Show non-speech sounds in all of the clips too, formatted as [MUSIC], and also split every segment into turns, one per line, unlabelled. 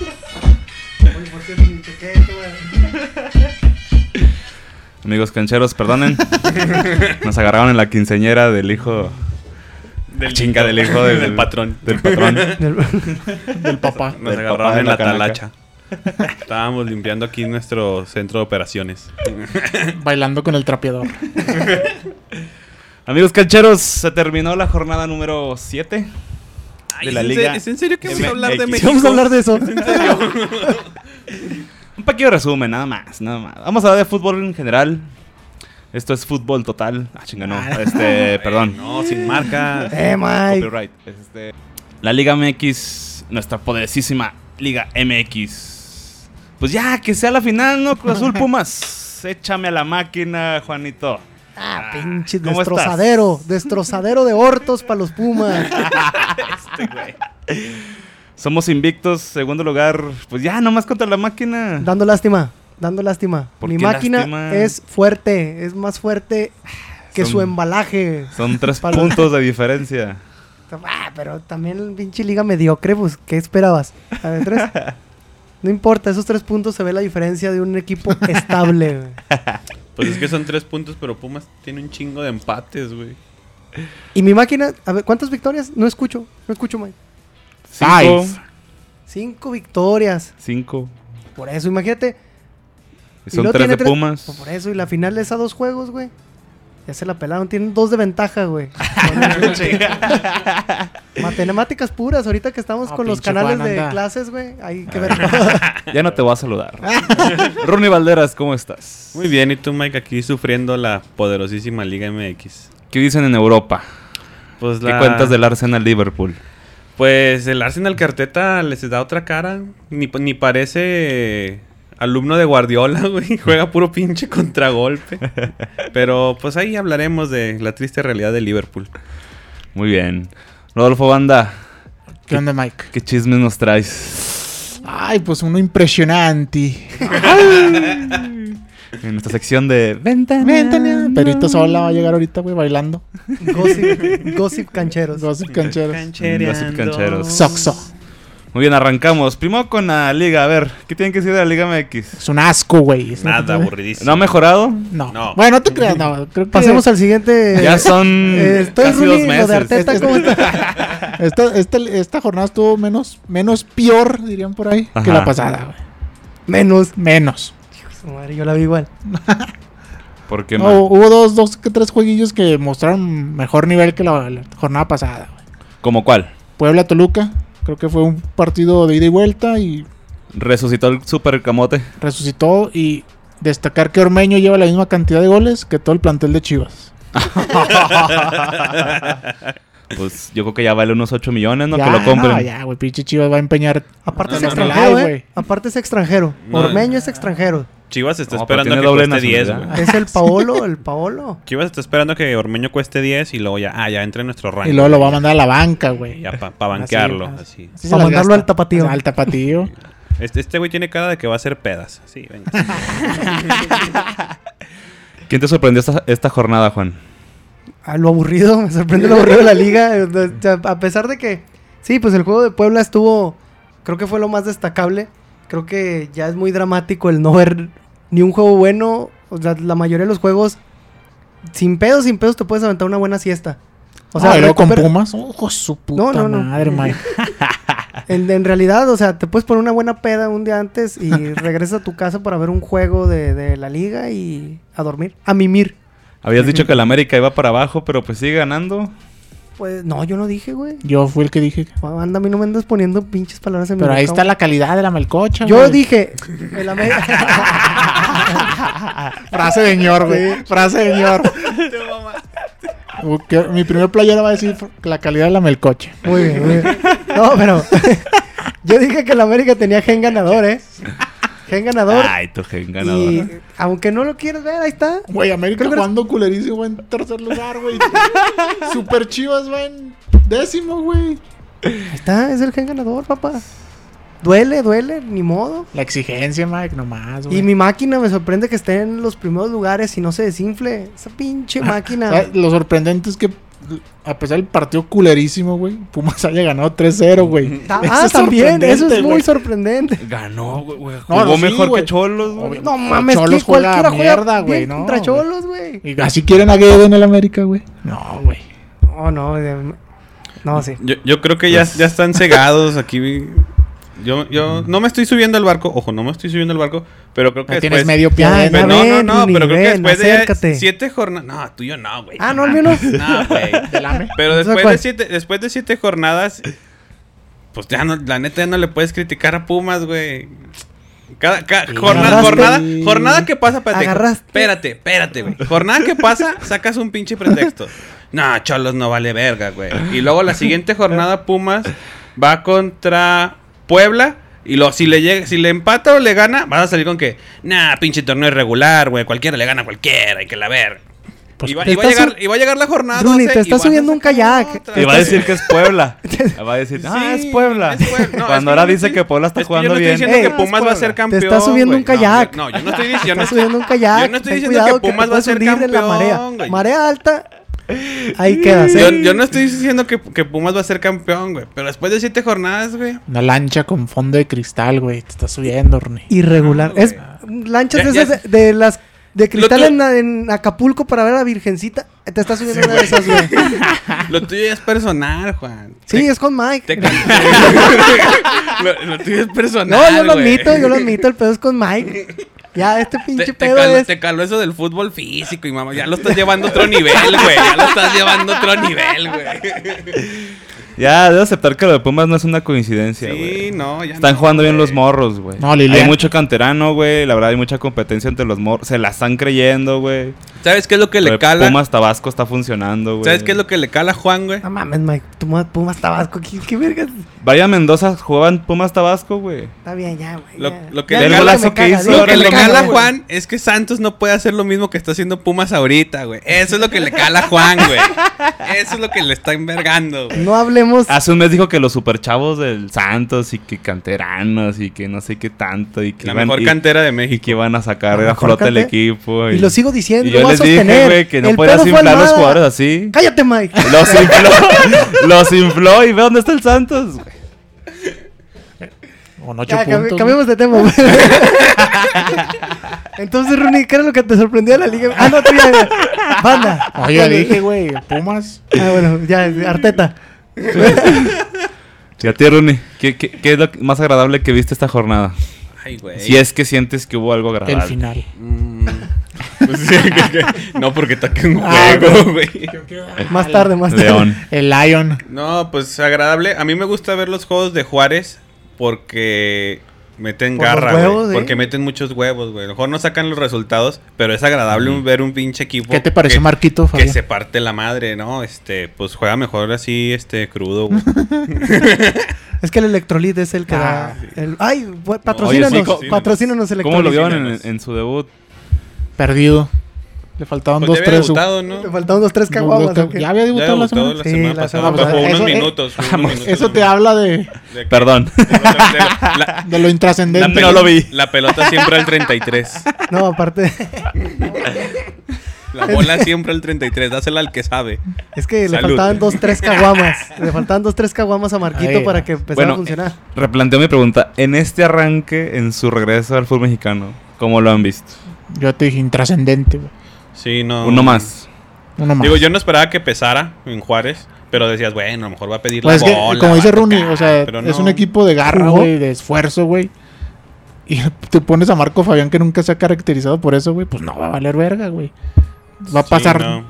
Oye, por cierto, ni chequé esto, güey.
Amigos cancheros,
[LAUGHS]
perdonen. Nos agarraron en la quinceñera del hijo.
Del
chinga
[LAUGHS]
del hijo del,
del patrón.
Del
[LAUGHS]
patrón.
Del, del
[LAUGHS]
papá.
Nos
Del papá
agarraron
de
en
la
la
canaca.
talacha. Estábamos limpiando aquí nuestro centro de operaciones.
Bailando con
[LAUGHS]
el trapeador.
Amigos cancheros, se terminó la jornada número 7 de la
¿es en
liga.
serio- ¿Es en serio que vamos a hablar de
MX?
México?
Vamos a hablar de
[LAUGHS]
eso.
Un pequeño resumen, nada más, nada más. Vamos a hablar de fútbol en general. Esto es fútbol total. Ah, chinga, no. Este, perdón.
[LAUGHS] No, sin marca.
eh, Mike.
Copyright. Este, la Liga MX, nuestra poderosísima Liga MX. Pues ya, que sea la final, ¿no? Cruz
[LAUGHS]
Azul Pumas. Échame a la máquina, Juanito.
Ah, pinche
¿Cómo estás?
destrozadero. Destrozadero de hortos para los Pumas.
[LAUGHS] Somos invictos, segundo lugar. Pues ya, nomás contra la máquina.
Dando lástima. Dando lástima.
¿Por
Mi
qué
máquina
lástima?
es fuerte. Es más fuerte que
Son-
su embalaje.
Son tres
Palo.
puntos de diferencia.
[LAUGHS] Ah, pero también el pinche liga mediocre, pues, ¿qué esperabas? A ver, tres. No importa, esos tres puntos se ve la diferencia de
[LAUGHS]
un equipo estable. güey.
Pues es que son tres puntos, pero Pumas tiene un chingo de empates, güey.
Y mi máquina, a ver, ¿cuántas victorias? No escucho, no escucho, Mike.
Cinco.
Seis.
Cinco victorias.
Cinco.
Por eso, imagínate.
Y
Y
son
luego
tres
tiene
de Pumas.
Pues por eso, y la final es a dos juegos, güey. Ya se la pelaron, tienen dos de ventaja, güey.
[LAUGHS]
Matemáticas puras, ahorita que estamos
Ah,
con los
pinche
canales
Juan,
de
anda. Ah.
clases, güey. Hay que ver.
[LAUGHS]
Ya no te voy a saludar.
[LAUGHS]
Ronnie Valderas, ¿cómo estás?
Muy bien, y tú, Mike, aquí sufriendo la poderosísima Liga MX.
¿Qué dicen en Europa?
Pues
¿Qué cuentas del Arsenal Liverpool?
Pues el Arsenal Carteta les da otra cara. Ni, pa- ni parece alumno de Guardiola, [LAUGHS] güey. Juega puro pinche contragolpe. Pero pues ahí hablaremos de la triste realidad de Liverpool.
Muy bien. Rodolfo Banda,
¿Qué onda, Mike?
¿qué chismes nos traes
Ay, pues uno impresionante.
en esta sección de Ventana?
Ventana. Perito Sola va a llegar ahorita, güey, bailando.
gossip, gossip cancheros.
Gossip cancheros.
Gossip cancheros.
Soxo.
Muy bien, arrancamos. Primero con la Liga. A ver, ¿qué tienen que decir de la Liga MX?
Es un asco, güey. Es
[LAUGHS]
una
Nada,
puta-
[LAUGHS]
aburridísimo.
¿No ha mejorado?
No.
No.
Bueno, no te creas, no. Creo que
Pasemos al siguiente.
Ya son
Eh, estoy
casi
Rooney,
dos
lo de
meses.
Arteta,
[LAUGHS]
¿cómo está?
esta, esta, esta jornada estuvo menos, menos peor, dirían por ahí, que
Ajá.
la pasada, güey.
Menos.
Menos.
Su madre, yo la vi igual.
¿Por qué
No, uh,
no?
hubo dos, dos que tres jueguillos que mostraron mejor nivel que la, la jornada pasada, güey.
¿Cómo cuál?
Puebla Toluca, creo que fue un partido de ida y vuelta y
Resucitó el super camote.
resucitó y destacar que Ormeño lleva la misma cantidad de goles que todo el plantel de Chivas.
Pues yo creo que ya vale unos 8 millones, ¿no?
ya,
que lo compren.
no, ya, güey, pinche Chivas va a empeñar.
Aparte
No,
es
no, no.
extranjero,
Ay,
¿eh?
güey.
Aparte es extranjero.
No.
Ormeño es extranjero.
Chivas está
No, pero
esperando que
tiene doble
cueste 10,
nacionalidad.
güey.
Es el Paolo, el Paolo.
Chivas está esperando que Ormeño cueste 10 y luego ya, ah, ya entra en nuestro rango.
Y luego lo va a mandar a la banca, güey.
Ya, para banquearlo. Así,
Así se
Para
las
mandarlo
gasta.
al tapatío.
Al tapatío.
Este este güey tiene cara de que va a hacer pedas. Sí, venga.
¿Quién te sorprendió esta, esta jornada, Juan?
A lo aburrido, [LAUGHS] me sorprende lo aburrido de
[LAUGHS]
la liga. O sea, a pesar de que, sí, pues el juego de Puebla estuvo, creo que fue lo más destacable. Creo que ya es muy dramático el no ver ni un juego bueno. O sea, la mayoría de los juegos, sin pedos, sin pedos, te puedes aventar una buena siesta. O sea, Oh,
Ah, y luego con
recupera-
Pumas. Ojo, su puta
No, no,
[LAUGHS]
no.
madre, Mike.
en, en realidad, o sea, te puedes poner una buena peda un día antes
[LAUGHS]
y regresas a tu casa para ver un juego de, de la liga y a dormir, a mimir.
Habías dicho que el América iba para abajo, pero pues sigue ganando.
Pues no, yo no dije, güey.
Yo fui el que dije.
Anda, a mí no me andas poniendo pinches palabras en mi
Pero ahí
boca,
está la calidad de la melcocha,
Yo
güey.
dije, el América.
[LAUGHS] Frase de ñor, güey. Frase de
[LAUGHS]
ñor. Uh, que- Mi primer playera va a decir fr- la calidad de la melcoche.
[LAUGHS] muy bien, muy bien. No, pero. [LAUGHS] yo dije que el América tenía gen ganador, ¿eh? Gen ganador.
Ay, tu gen ganador.
y aunque no lo quieras ver, ahí está.
Güey, América
Creo que-
jugando culerísimo va en tercer lugar,
[LAUGHS]
güey. Super Chivas va en décimo, güey.
Ahí está, es el gen ganador, papá. Duele, duele, ni modo.
La exigencia, Mike, nomás, güey.
Y mi máquina me sorprende que esté en los primeros lugares y no se desinfle. Esa pinche
O sea,
máquina.
Lo sorprendente es que a pesar del partido culerísimo, güey, Pumas haya ganado 3-0, güey.
Ta-
Eso
ah,
es
también, eso es
sorprendente,
muy
güey.
sorprendente.
Ganó, güey, güey.
No,
Jugó
sí,
mejor
güey.
que Cholos, güey.
Obvio.
No mames,
Cholos
que
juega
cualquiera juega
mierda, güey,
bien
no,
contra
güey.
Cholos, güey.
Y así quieren a Guedes en el América, güey. No, güey.
Oh, no, de- no, sí.
Yo, yo creo que ya, ya están cegados aquí. Yo, yo no me estoy subiendo al barco, ojo, no me estoy subiendo al barco, pero creo que
No tienes
después-
medio pie.
Ya,
adentro.
Pero no, no,
ya ven,
no,
Uni,
pero creo que
ven,
después
acércate.
de siete jornadas. No, tuyo no, güey.
Ah, no, el mío no.
No, güey.
Te lame.
[LAUGHS]
Pero
¿Eso
después
cuál?
de, siete, después de siete jornadas, pues ya no, la neta ya no le puedes criticar a Pumas, güey. Cada, ca- jornada,
agarraste.
jornada, jornada que pasa, espérate.
Agarraste.
Espérate, espérate, güey. Jornada que pasa, sacas un pinche pretexto. No, Cholos no vale verga, güey. Y luego la siguiente jornada, Pumas va contra Puebla. Y luego, si le llega, si le empata o le gana, vas a salir con que, nah, pinche torneo irregular, güey. Cualquiera le gana a cualquiera, hay que la verga.
Pues,
y, va,
te
y va a
estás
llegar, y va a llegar la jornada.
Bruni,
12
te
y
estás
vas a
subiendo un
sacar
kayak.
otra.
Y va a decir que es Puebla. Va a decir,
Sí,
ah, es Puebla.
es Puebla. No, es que
Cuando ahora
yo no
dice
estoy-
que Puebla está
es que
jugando
yo no
bien.
Estoy diciendo
Eh,
que Pumas va a ser
Puebla.
campeón.
estás subiendo
güey.
un kayak.
No, yo, no estoy diciendo.
[LAUGHS] Te
yo no
estás
estoy-
subiendo un
[LAUGHS]
kayak.
Yo no estoy
ten
diciendo
cuidado
que
te
Pumas va a
puedes
ser
hundir en
campeón.
la marea.
güey.
Marea alta. Ahí quedas,
Yo,
¿eh?
yo no estoy diciendo que, que Pumas va a ser campeón, güey. Pero después de siete jornadas, güey.
Una lancha con fondo de cristal, güey. Te está subiendo, Orni.
Irregular.
No,
es lanchas
Ya- ya-
esas de, de las de cristal
Lo tu-
en, en Acapulco para ver a la Virgencita. Te estás subiendo una de esas, güey.
Lo tuyo ya es personal, Juan.
Sí, es con Mike.
Te [LAUGHS] can- lo, lo tuyo es personal.
No, yo lo
güey.
admito, yo lo admito, el pedo es con Mike. Ya, este
Te,
pinche
te
pedo
caló,
es.
te caló eso del fútbol físico y mamá. Ya lo estás llevando a otro nivel, güey. Ya lo estás llevando a otro nivel, güey.
Ya, debo aceptar que lo de Pumas no es una coincidencia, güey.
Sí, no, ya
Están
no,
jugando bien
güey.
los morros, güey.
No, Lilian.
Hay mucho canterano, güey. La verdad, hay mucha competencia entre los morros. Se la están creyendo, güey.
¿Sabes qué es lo que
Lo
le
de
cala?
Pumas Tabasco está funcionando, güey.
¿Sabes qué es lo que le cala a Juan, güey?
No mames, Mike. Tú Pumas- Pumas Tabasco, ¿qué, qué verga?
Vaya Mendoza jugaban Pumas Tabasco, güey.
Está bien, ya, güey.
Lo-
ya.
lo que
Ya,
le
dilo
cala-
me
lo que
caga,
hizo
dilo
Lo que
me
le
caga,
cala a
güey.
Juan es que Santos no puede hacer lo mismo que está haciendo Pumas ahorita, güey. Eso es lo que le cala a Juan, güey. Eso es lo que le está envergando, güey.
No hablemos.
Hace un mes dijo que los superchavos del Santos y que canteranos y que no sé qué tanto y que,
La
iban-
mejor
y-
cantera de
y
México.
que iban a sacar
La
a
mejor
flota el
cantera.
equipo.
y lo sigo diciendo,
y yo
lo voy a
les dije,
sostener.
güey, que no
El
podías
pedo fue
inflar los
Almada.
jugadores así.
Cállate, Mike. [LAUGHS]
Los infló, los infló y ve dónde está el Santos, güey.
Con ocho
Ya, cambi-
puntos.
cambiemos de tema. güey. [LAUGHS] Entonces, Rooney, ¿qué era lo que te sorprendió de la liga? Ah, no, tú ya. Banda.
güey. Oye, [LAUGHS] dije, güey, Pumas.
Ah, bueno, ya, Arteta.
Sí, a ti, Rooney, ¿qué, qué, qué es lo más agradable que viste esta jornada?
Ay, güey.
Si es que sientes que hubo algo agradable.
El final.
Mm. [LAUGHS] Pues sí, que- que- no, porque toca un
Ah,
juego, güey.
Más tarde, más tarde.
León.
[LAUGHS]
El Lion.
No, pues agradable. A mí me gusta ver los juegos de Juárez porque meten
Por los
garra,
huevos,
güey.
¿eh?
Porque meten muchos huevos, güey. A lo mejor no sacan los resultados, pero es agradable un- ver un pinche equipo.
¿Qué te pareció,
que-
Marquito,
Que
Fabián?
se parte la madre, ¿no? Este, pues juega mejor así, este, crudo,
[LAUGHS]
güey.
Es que el electrolit es el que
Ah,
da. el- Ay, güey, patrocínanos.
Oye, sí, co-
patrocínanos electrolit.
¿Cómo lo vieron en, en su debut?
Perdido. Le faltaban
Pues
dos,
ya había
tres. su-
debutado, ¿no?
Te faltaron dos, tres
dos,
caguamas.
tres-
¿o qué?
Ya
Ya había
había debutado la
debutado
semana.
la
Sí,
semana
la
pasada.
semana pasada.
Fue unos
Eso, eh,
minutos. fue unos minutos.
Eso te habla de,
De- [LAUGHS]
Perdón. [LAUGHS]
[LAUGHS]
La-
de lo
la
intrascendente.
No lo vi.
La pelota siempre al 33.
No, aparte. [LAUGHS]
La
[LAUGHS]
bola siempre al 33. Dásela al que sabe.
Es que le
Salud.
faltaban dos, tres caguamas. Le faltaban dos, tres caguamas a Marquito
Ay.
para que empezara
Bueno,
[LAUGHS]
a funcionar.
Replanteo mi pregunta. En este arranque, en su regreso al fútbol mexicano, ¿cómo lo han visto?
Yo te dije intrascendente, güey.
Sí, no.
Uno más.
Uno más.
Digo, yo no esperaba que pesara en Juárez, pero decías, bueno, a lo mejor va a pedir
Pues
la
es que,
bola,
como
va
dice
a
Rooney,
tocar,
o sea,
pero
es
no.
un equipo de garra,
Jugó.
güey, de esfuerzo, güey. Y te pones a Marco Fabián, que nunca se ha caracterizado por eso, güey, pues no va a valer verga, güey. Va a
Sí,
pasar.
no.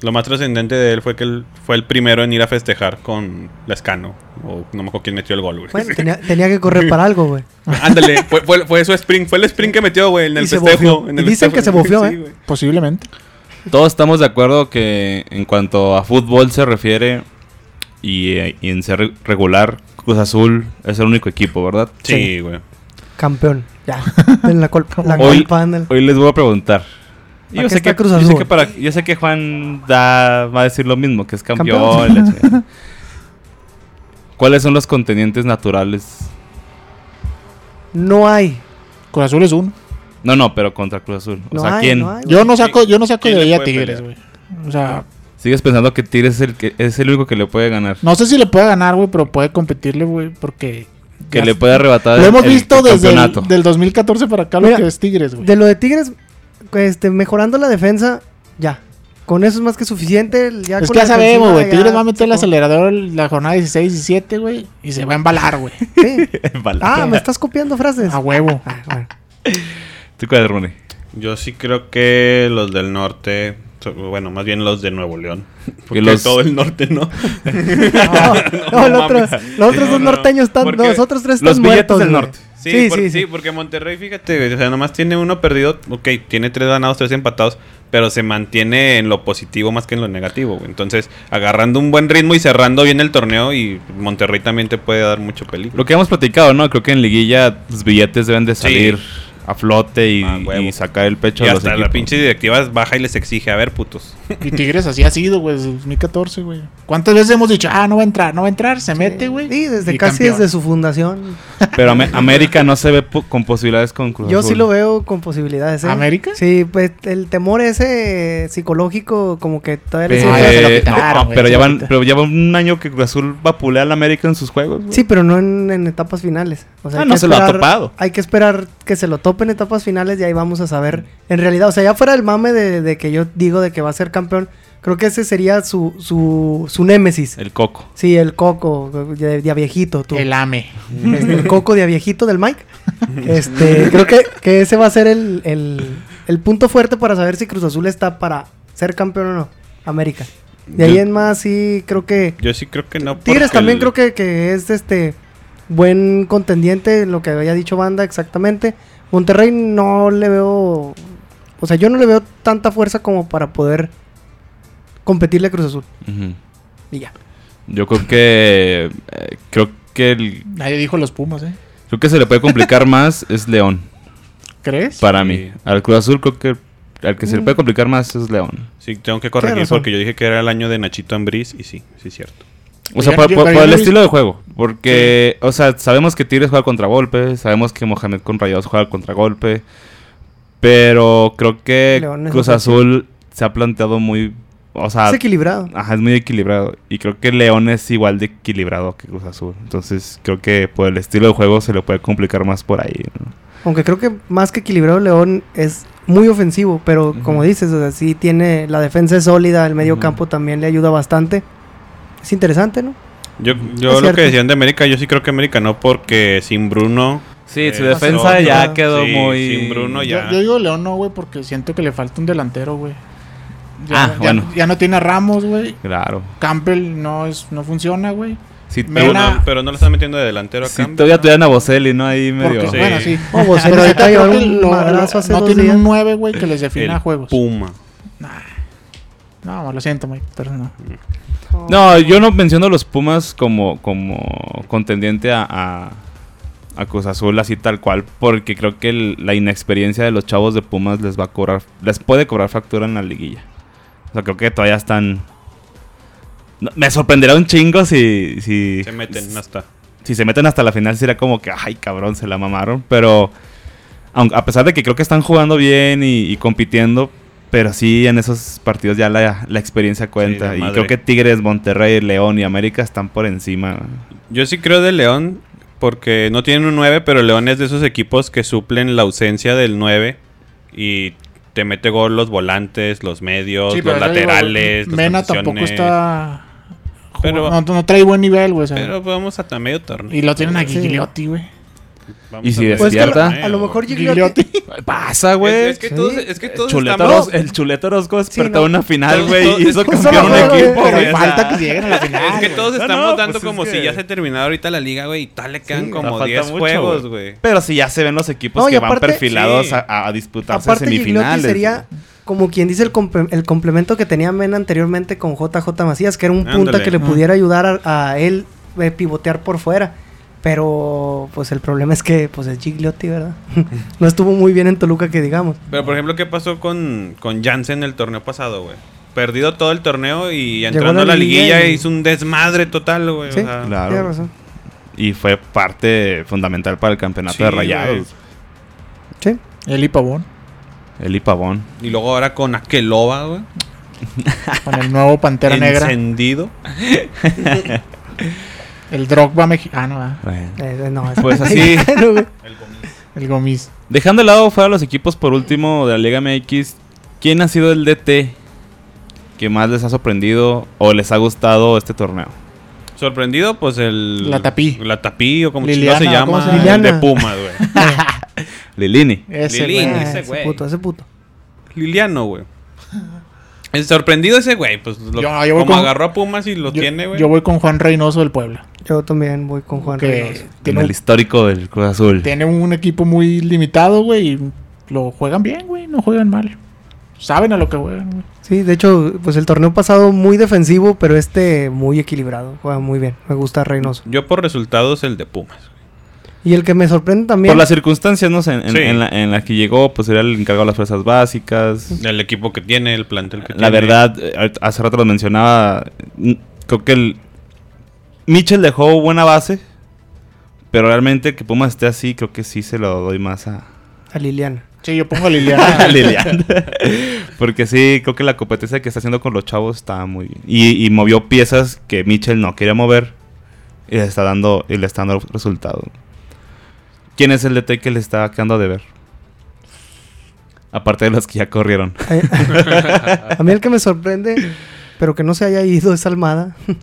Lo más trascendente de él fue que él fue el primero en ir a festejar con Lascano. O no me acuerdo quién metió el gol, güey.
Bueno, tenía, tenía que correr para algo, güey.
[LAUGHS] Ándale, fue, fue, fue su sprint, fue el sprint que metió, güey, en el
Y se
festejo.
bofió.
en
Y
el
dicen
festejo.
que se bofió,
Sí,
¿eh?
güey.
Posiblemente.
Todos estamos de acuerdo que en cuanto a fútbol se refiere y, eh, y en ser re- regular, Cruz Azul es el único equipo, ¿verdad?
Sí, güey.
[LAUGHS]
Campeón. [LAUGHS] Ya. En la colpa. La
Hoy-
culpa, ándale.
Hoy les voy a preguntar.
¿Para qué está Cruz
yo
Azul?
sé que para- yo sé que Juan da, va a decir lo mismo, que es campeón.
Campeón.
la
[LAUGHS]
chingada. ¿Cuáles son los contenientes naturales?
No hay.
Cruz Azul es uno.
No, no, pero contra Cruz Azul. O
No
sea,
hay,
¿quién?
no hay, güey.
Yo no saco, yo no saco
¿Quién
de
le
ahí a
puede
Tigres, güey. O sea,
Sigues pensando que Tigres es el, que, es el único que le puede ganar.
No sé si le puede ganar, güey, pero puede competirle, güey, porque...
Que
ya-
le puede arrebatar
Lo
el-
hemos
el
visto desde el
campeonato.
del 2014 para acá
Mira,
lo que es Tigres, güey.
De lo de Tigres, este, mejorando la defensa, ya. Con eso es más que suficiente. Ya
Es
con
que ya
la defensiva,
sabemos, güey.
ya
Tigres va a meter el
sacó.
acelerador el- la jornada 16, 17, güey. Y se va a embalar, güey.
Sí.
[LAUGHS]
Bala.
Ah, me estás copiando frases. [LAUGHS]
A huevo.
Ah, bueno.
¿Tú cuál es, Rooney?
Ah. Yo sí creo que los del norte, so- bueno, más bien los de Nuevo León. Porque
los-
todo el norte no.
No, no, el
no
otro-
mames.
los otros
No,
dos
no,
norteños están,
porque
los otros tres están
los billetes
muertos,
del
güey.
norte.
Sí, por- sí, porque Monterrey, fíjate, güey, o sea, nomás tiene uno perdido, ok, tiene tres ganados, tres empatados, pero se mantiene en lo positivo más que en lo negativo, güey. Entonces, agarrando un buen ritmo y cerrando bien el torneo y Monterrey también te puede dar mucho peligro.
Lo que hemos platicado, ¿no? Creo que en liguilla los billetes deben de salir a flote y,
Ah, huevo.
y sacar el pecho
Y
de los
hasta la
equipos.
pinche directiva baja y les exige, a ver, putos. [LAUGHS]
Y Tigres así ha sido, güey, desde el 2014, güey. ¿Cuántas veces hemos dicho, ah, no va a entrar, no va a entrar? Se mete, güey.
Sí, desde
Y
casi
campeón.
desde su fundación.
Pero Ame- América no se ve po- con posibilidades con Cruz
Yo sí
Azul.
lo veo con posibilidades. ¿eh?
¿América?
Sí, pues el temor ese psicológico, como que todavía le
Pero-
Ah,
sigue.
ya se lo
Eh, no,
quitaron, güey,
pero,
se
ya
lo
van,
quitaron.
pero ya va un año que Cruz Azul vapulea al América en sus juegos. güey.
Sí, pero no en, en etapas finales. O sea,
Ah,
hay
no
que
se lo ha
esperar-
topado.
Hay que esperar que se lo tope en etapas finales y ahí vamos a saber.
Mm.
En realidad, o sea, ya fuera el mame de, de que yo digo de que va a ser campeón, creo que ese sería su, su, su némesis.
El coco.
Sí, el coco, ya, ya viejito, tú.
El E. AME.
Este, el coco de a viejito del Mike. Este, creo que, que ese va a ser el, el- el punto fuerte para saber si Cruz Azul está para ser campeón o no. América. De ahí
Yo-
en más, sí, creo que.
Yo sí creo que no.
Tigres
porque
también
el-
creo que, que es este buen contendiente, lo que había dicho Banda exactamente. Monterrey no le veo. O sea, yo no le veo tanta fuerza como para poder competirle a Cruz Azul.
Ujú.
Y ya.
Yo creo que. eh, creo que el-
Nadie dijo los Pumas, ¿eh?
Creo que se le puede complicar [LAUGHS] más es León.
¿Crees?
Para mí. Al Cruz Azul creo que. Al que se
Mm.
le puede complicar más es León.
Sí, tengo que corregir
Tienes razón.
porque yo dije que era el año de Nachito Ambriz y sí, sí es cierto.
O sea,
Oigan,
por,
yo-
por-
pero
por
yo
el
no he
estilo de juego. Porque, o sea, sabemos que Tigres juega contra golpe. Sabemos que Mohamed con Rayados juega contra golpe. Pero creo que
León es
Cruz
otra
Azul se ha planteado muy. O sea,
Es equilibrado.
ajá, es muy equilibrado. Y creo que León es igual de equilibrado que Cruz Azul. Entonces, creo que por el estilo de juego se le puede complicar más por ahí. ¿no?
Aunque creo que más que equilibrado León es muy ofensivo, pero como
Ujú.
dices, o sea, sí tiene la defensa es sólida, el medio
Ujú.
campo también le ayuda bastante. Es interesante, ¿no?
Yo,
Es
yo lo
cierto.
que decían de América, yo sí creo que América no, porque sin Bruno.
Sí, su
Eh,
defensa
sí,
ya
no.
quedó
Sí,
muy.
sin Bruno
Yo,
ya.
yo digo León no, güey, porque siento que le falta un delantero, güey. Ya,
Ah,
ya-
bueno.
Ya no tiene a Ramos, güey.
Claro.
Campbell no, es, no funciona, güey.
Si,
Me-
Pero,
to-
Mena-
no, pero no lo están metiendo de delantero
si
acá.
todavía tuvieran a Bocelli, ¿no? Ahí medio.
Porque,
Sí.
bueno, sí.
O vos,
[LAUGHS] Pero ahorita
llevar
creo que
un
lo-
madrazo
lo-
hace
no
dos
tiene
días.
un 9, güey, que les defina
el
juegos.
Puma.
No, lo siento, Mike, pero no.
No, yo no menciono a los Pumas como, como contendiente a, a, a Cruz Azul así tal cual, porque creo que el- la inexperiencia de los chavos de Pumas les va a cobrar, les puede cobrar factura en la liguilla. O sea, creo que todavía están... No, me sorprenderá un chingo si, si,
Se meten hasta.
si se meten hasta la final, será como que, ay cabrón, se la mamaron, pero aun- a pesar de que creo que están jugando bien y, y compitiendo, pero sí en esos partidos ya la, la experiencia cuenta.
la
y
madre.
creo que Tigres, Monterrey, León y América están por encima.
Yo sí creo de León, porque no tienen un 9, pero León es de esos equipos que suplen la ausencia del 9 y te mete gol los volantes, los medios, los
eso digo,
laterales. las
Mena tampoco
transiciones.
está.
Pero-
no, no trae buen nivel, güey. o sea,
Pero vamos hasta medio torneo.
y lo tienen a
Sí.
Gigliotti, güey.
Vamos
Y si
hasta
Pues que a, lo-
despierta.
medio
a lo
torneo,
mejor Gigliotti.
Gigliotti.
[LAUGHS]
Pasa,
güey.
güey.
Es, es que
Sí.
todos, es que todos
Chuleta
estamos-
Orozco- el Chuleta Orozco despertó
no.
una final,
Todos-
güey,
todos-
y hizo
todos-
campeón un
todos-
equipo,
todos-
güey.
Pero
o
falta
sea,
que lleguen a la final.
Es que
güey.
todos
No, no,
estamos
pues
dando
es
como
que-
si ya se terminara ahorita la liga, güey. Y tal le quedan
Sí,
como
falta
10
mucho,
juegos,
güey.
güey.
Pero si ya se ven los equipos
No, y
que
aparte-
van perfilados
sí.
a, a disputarse
Aparte, Gigliotti
semifinales.
sería como quien dice el, comple- el complemento que tenía Mena anteriormente con JJ Macías, que era un punta
Ándale.
que le
Ah.
pudiera ayudar a, a él eh, pivotear por fuera. Pero, pues el problema es que pues es Gigliotti, ¿verdad? [LAUGHS] no estuvo muy bien en Toluca, que digamos.
Pero por ejemplo, ¿qué pasó con, con Jansen el torneo pasado, güey? Perdido todo el torneo y
Llegó
entrando a
la
la liguilla
liguilla y-
hizo un desmadre total, güey. o
Sí.
sea,
Claro.
Tienes razón.
Y fue parte fundamental para el campeonato
Sí,
de Rayados.
Sí.
Eli Pavón.
Eli Pavón.
Y luego ahora con Aqueloba, güey.
Con el nuevo Pantera Negra.
Encendido.
El Drogba ah, mexicano, ¿verdad?
Bueno.
Eh, eh, no, es-
[LAUGHS]
Pues así.
Claro, güey.
El Gomis.
Dejando de lado fuera los equipos por último de la Liga MX, ¿quién ha sido el DT que más les ha sorprendido o les ha gustado este torneo?
Sorprendido, pues el.
La Tapí.
La tapí, o como
Liliana,
chingado se
¿cómo
llama.
se
llama?
el de
Liliana.
Pumas, güey.
Lilini.
Ese,
Lilini.
güey.
Ah,
ese güey.
ese puto, ese puto.
Liliano, güey. El sorprendido ese, güey. Pues lo-
Yo- yo voy
como
con-
agarró a Pumas y lo
Yo,
tiene, güey.
yo voy con Juan Reynoso del Puebla.
Yo también voy con Juan
Que
Reynoso.
En
tiene,
el
un-
histórico del Cruz Azul.
tiene un equipo muy limitado, güey. Y lo juegan bien, güey. No juegan mal. Saben a lo que juegan, güey.
Sí, de hecho, pues el torneo pasado muy defensivo, pero este muy equilibrado. Juega muy bien. Me gusta Reynoso.
Yo por resultados el de Pumas.
Y el que me sorprende también.
Por las circunstancias, no sé, en, en-
Sí.
en la, en la que llegó, pues era el encargado de las fuerzas básicas.
El equipo que tiene, el plantel que tiene.
La verdad, eh, ahorita- hace rato lo mencionaba, mm, creo que el Mitchell dejó buena base, pero realmente que Pumas esté así, creo que sí se lo doy más a, [LAUGHS]
A Liliana.
Sí, yo pongo a [LAUGHS] Liliana.
Lilian. [LAUGHS] Porque sí, creo que la competencia que está haciendo con los chavos está muy bien. Y, y movió piezas que Mitchell no quería mover. Y le está dando, y le está dando resultado. ¿Quién es el DT que le está quedando de ver? Aparte de los que ya corrieron.
A mí el que me sorprende, pero que no se haya ido es Almada. [LAUGHS]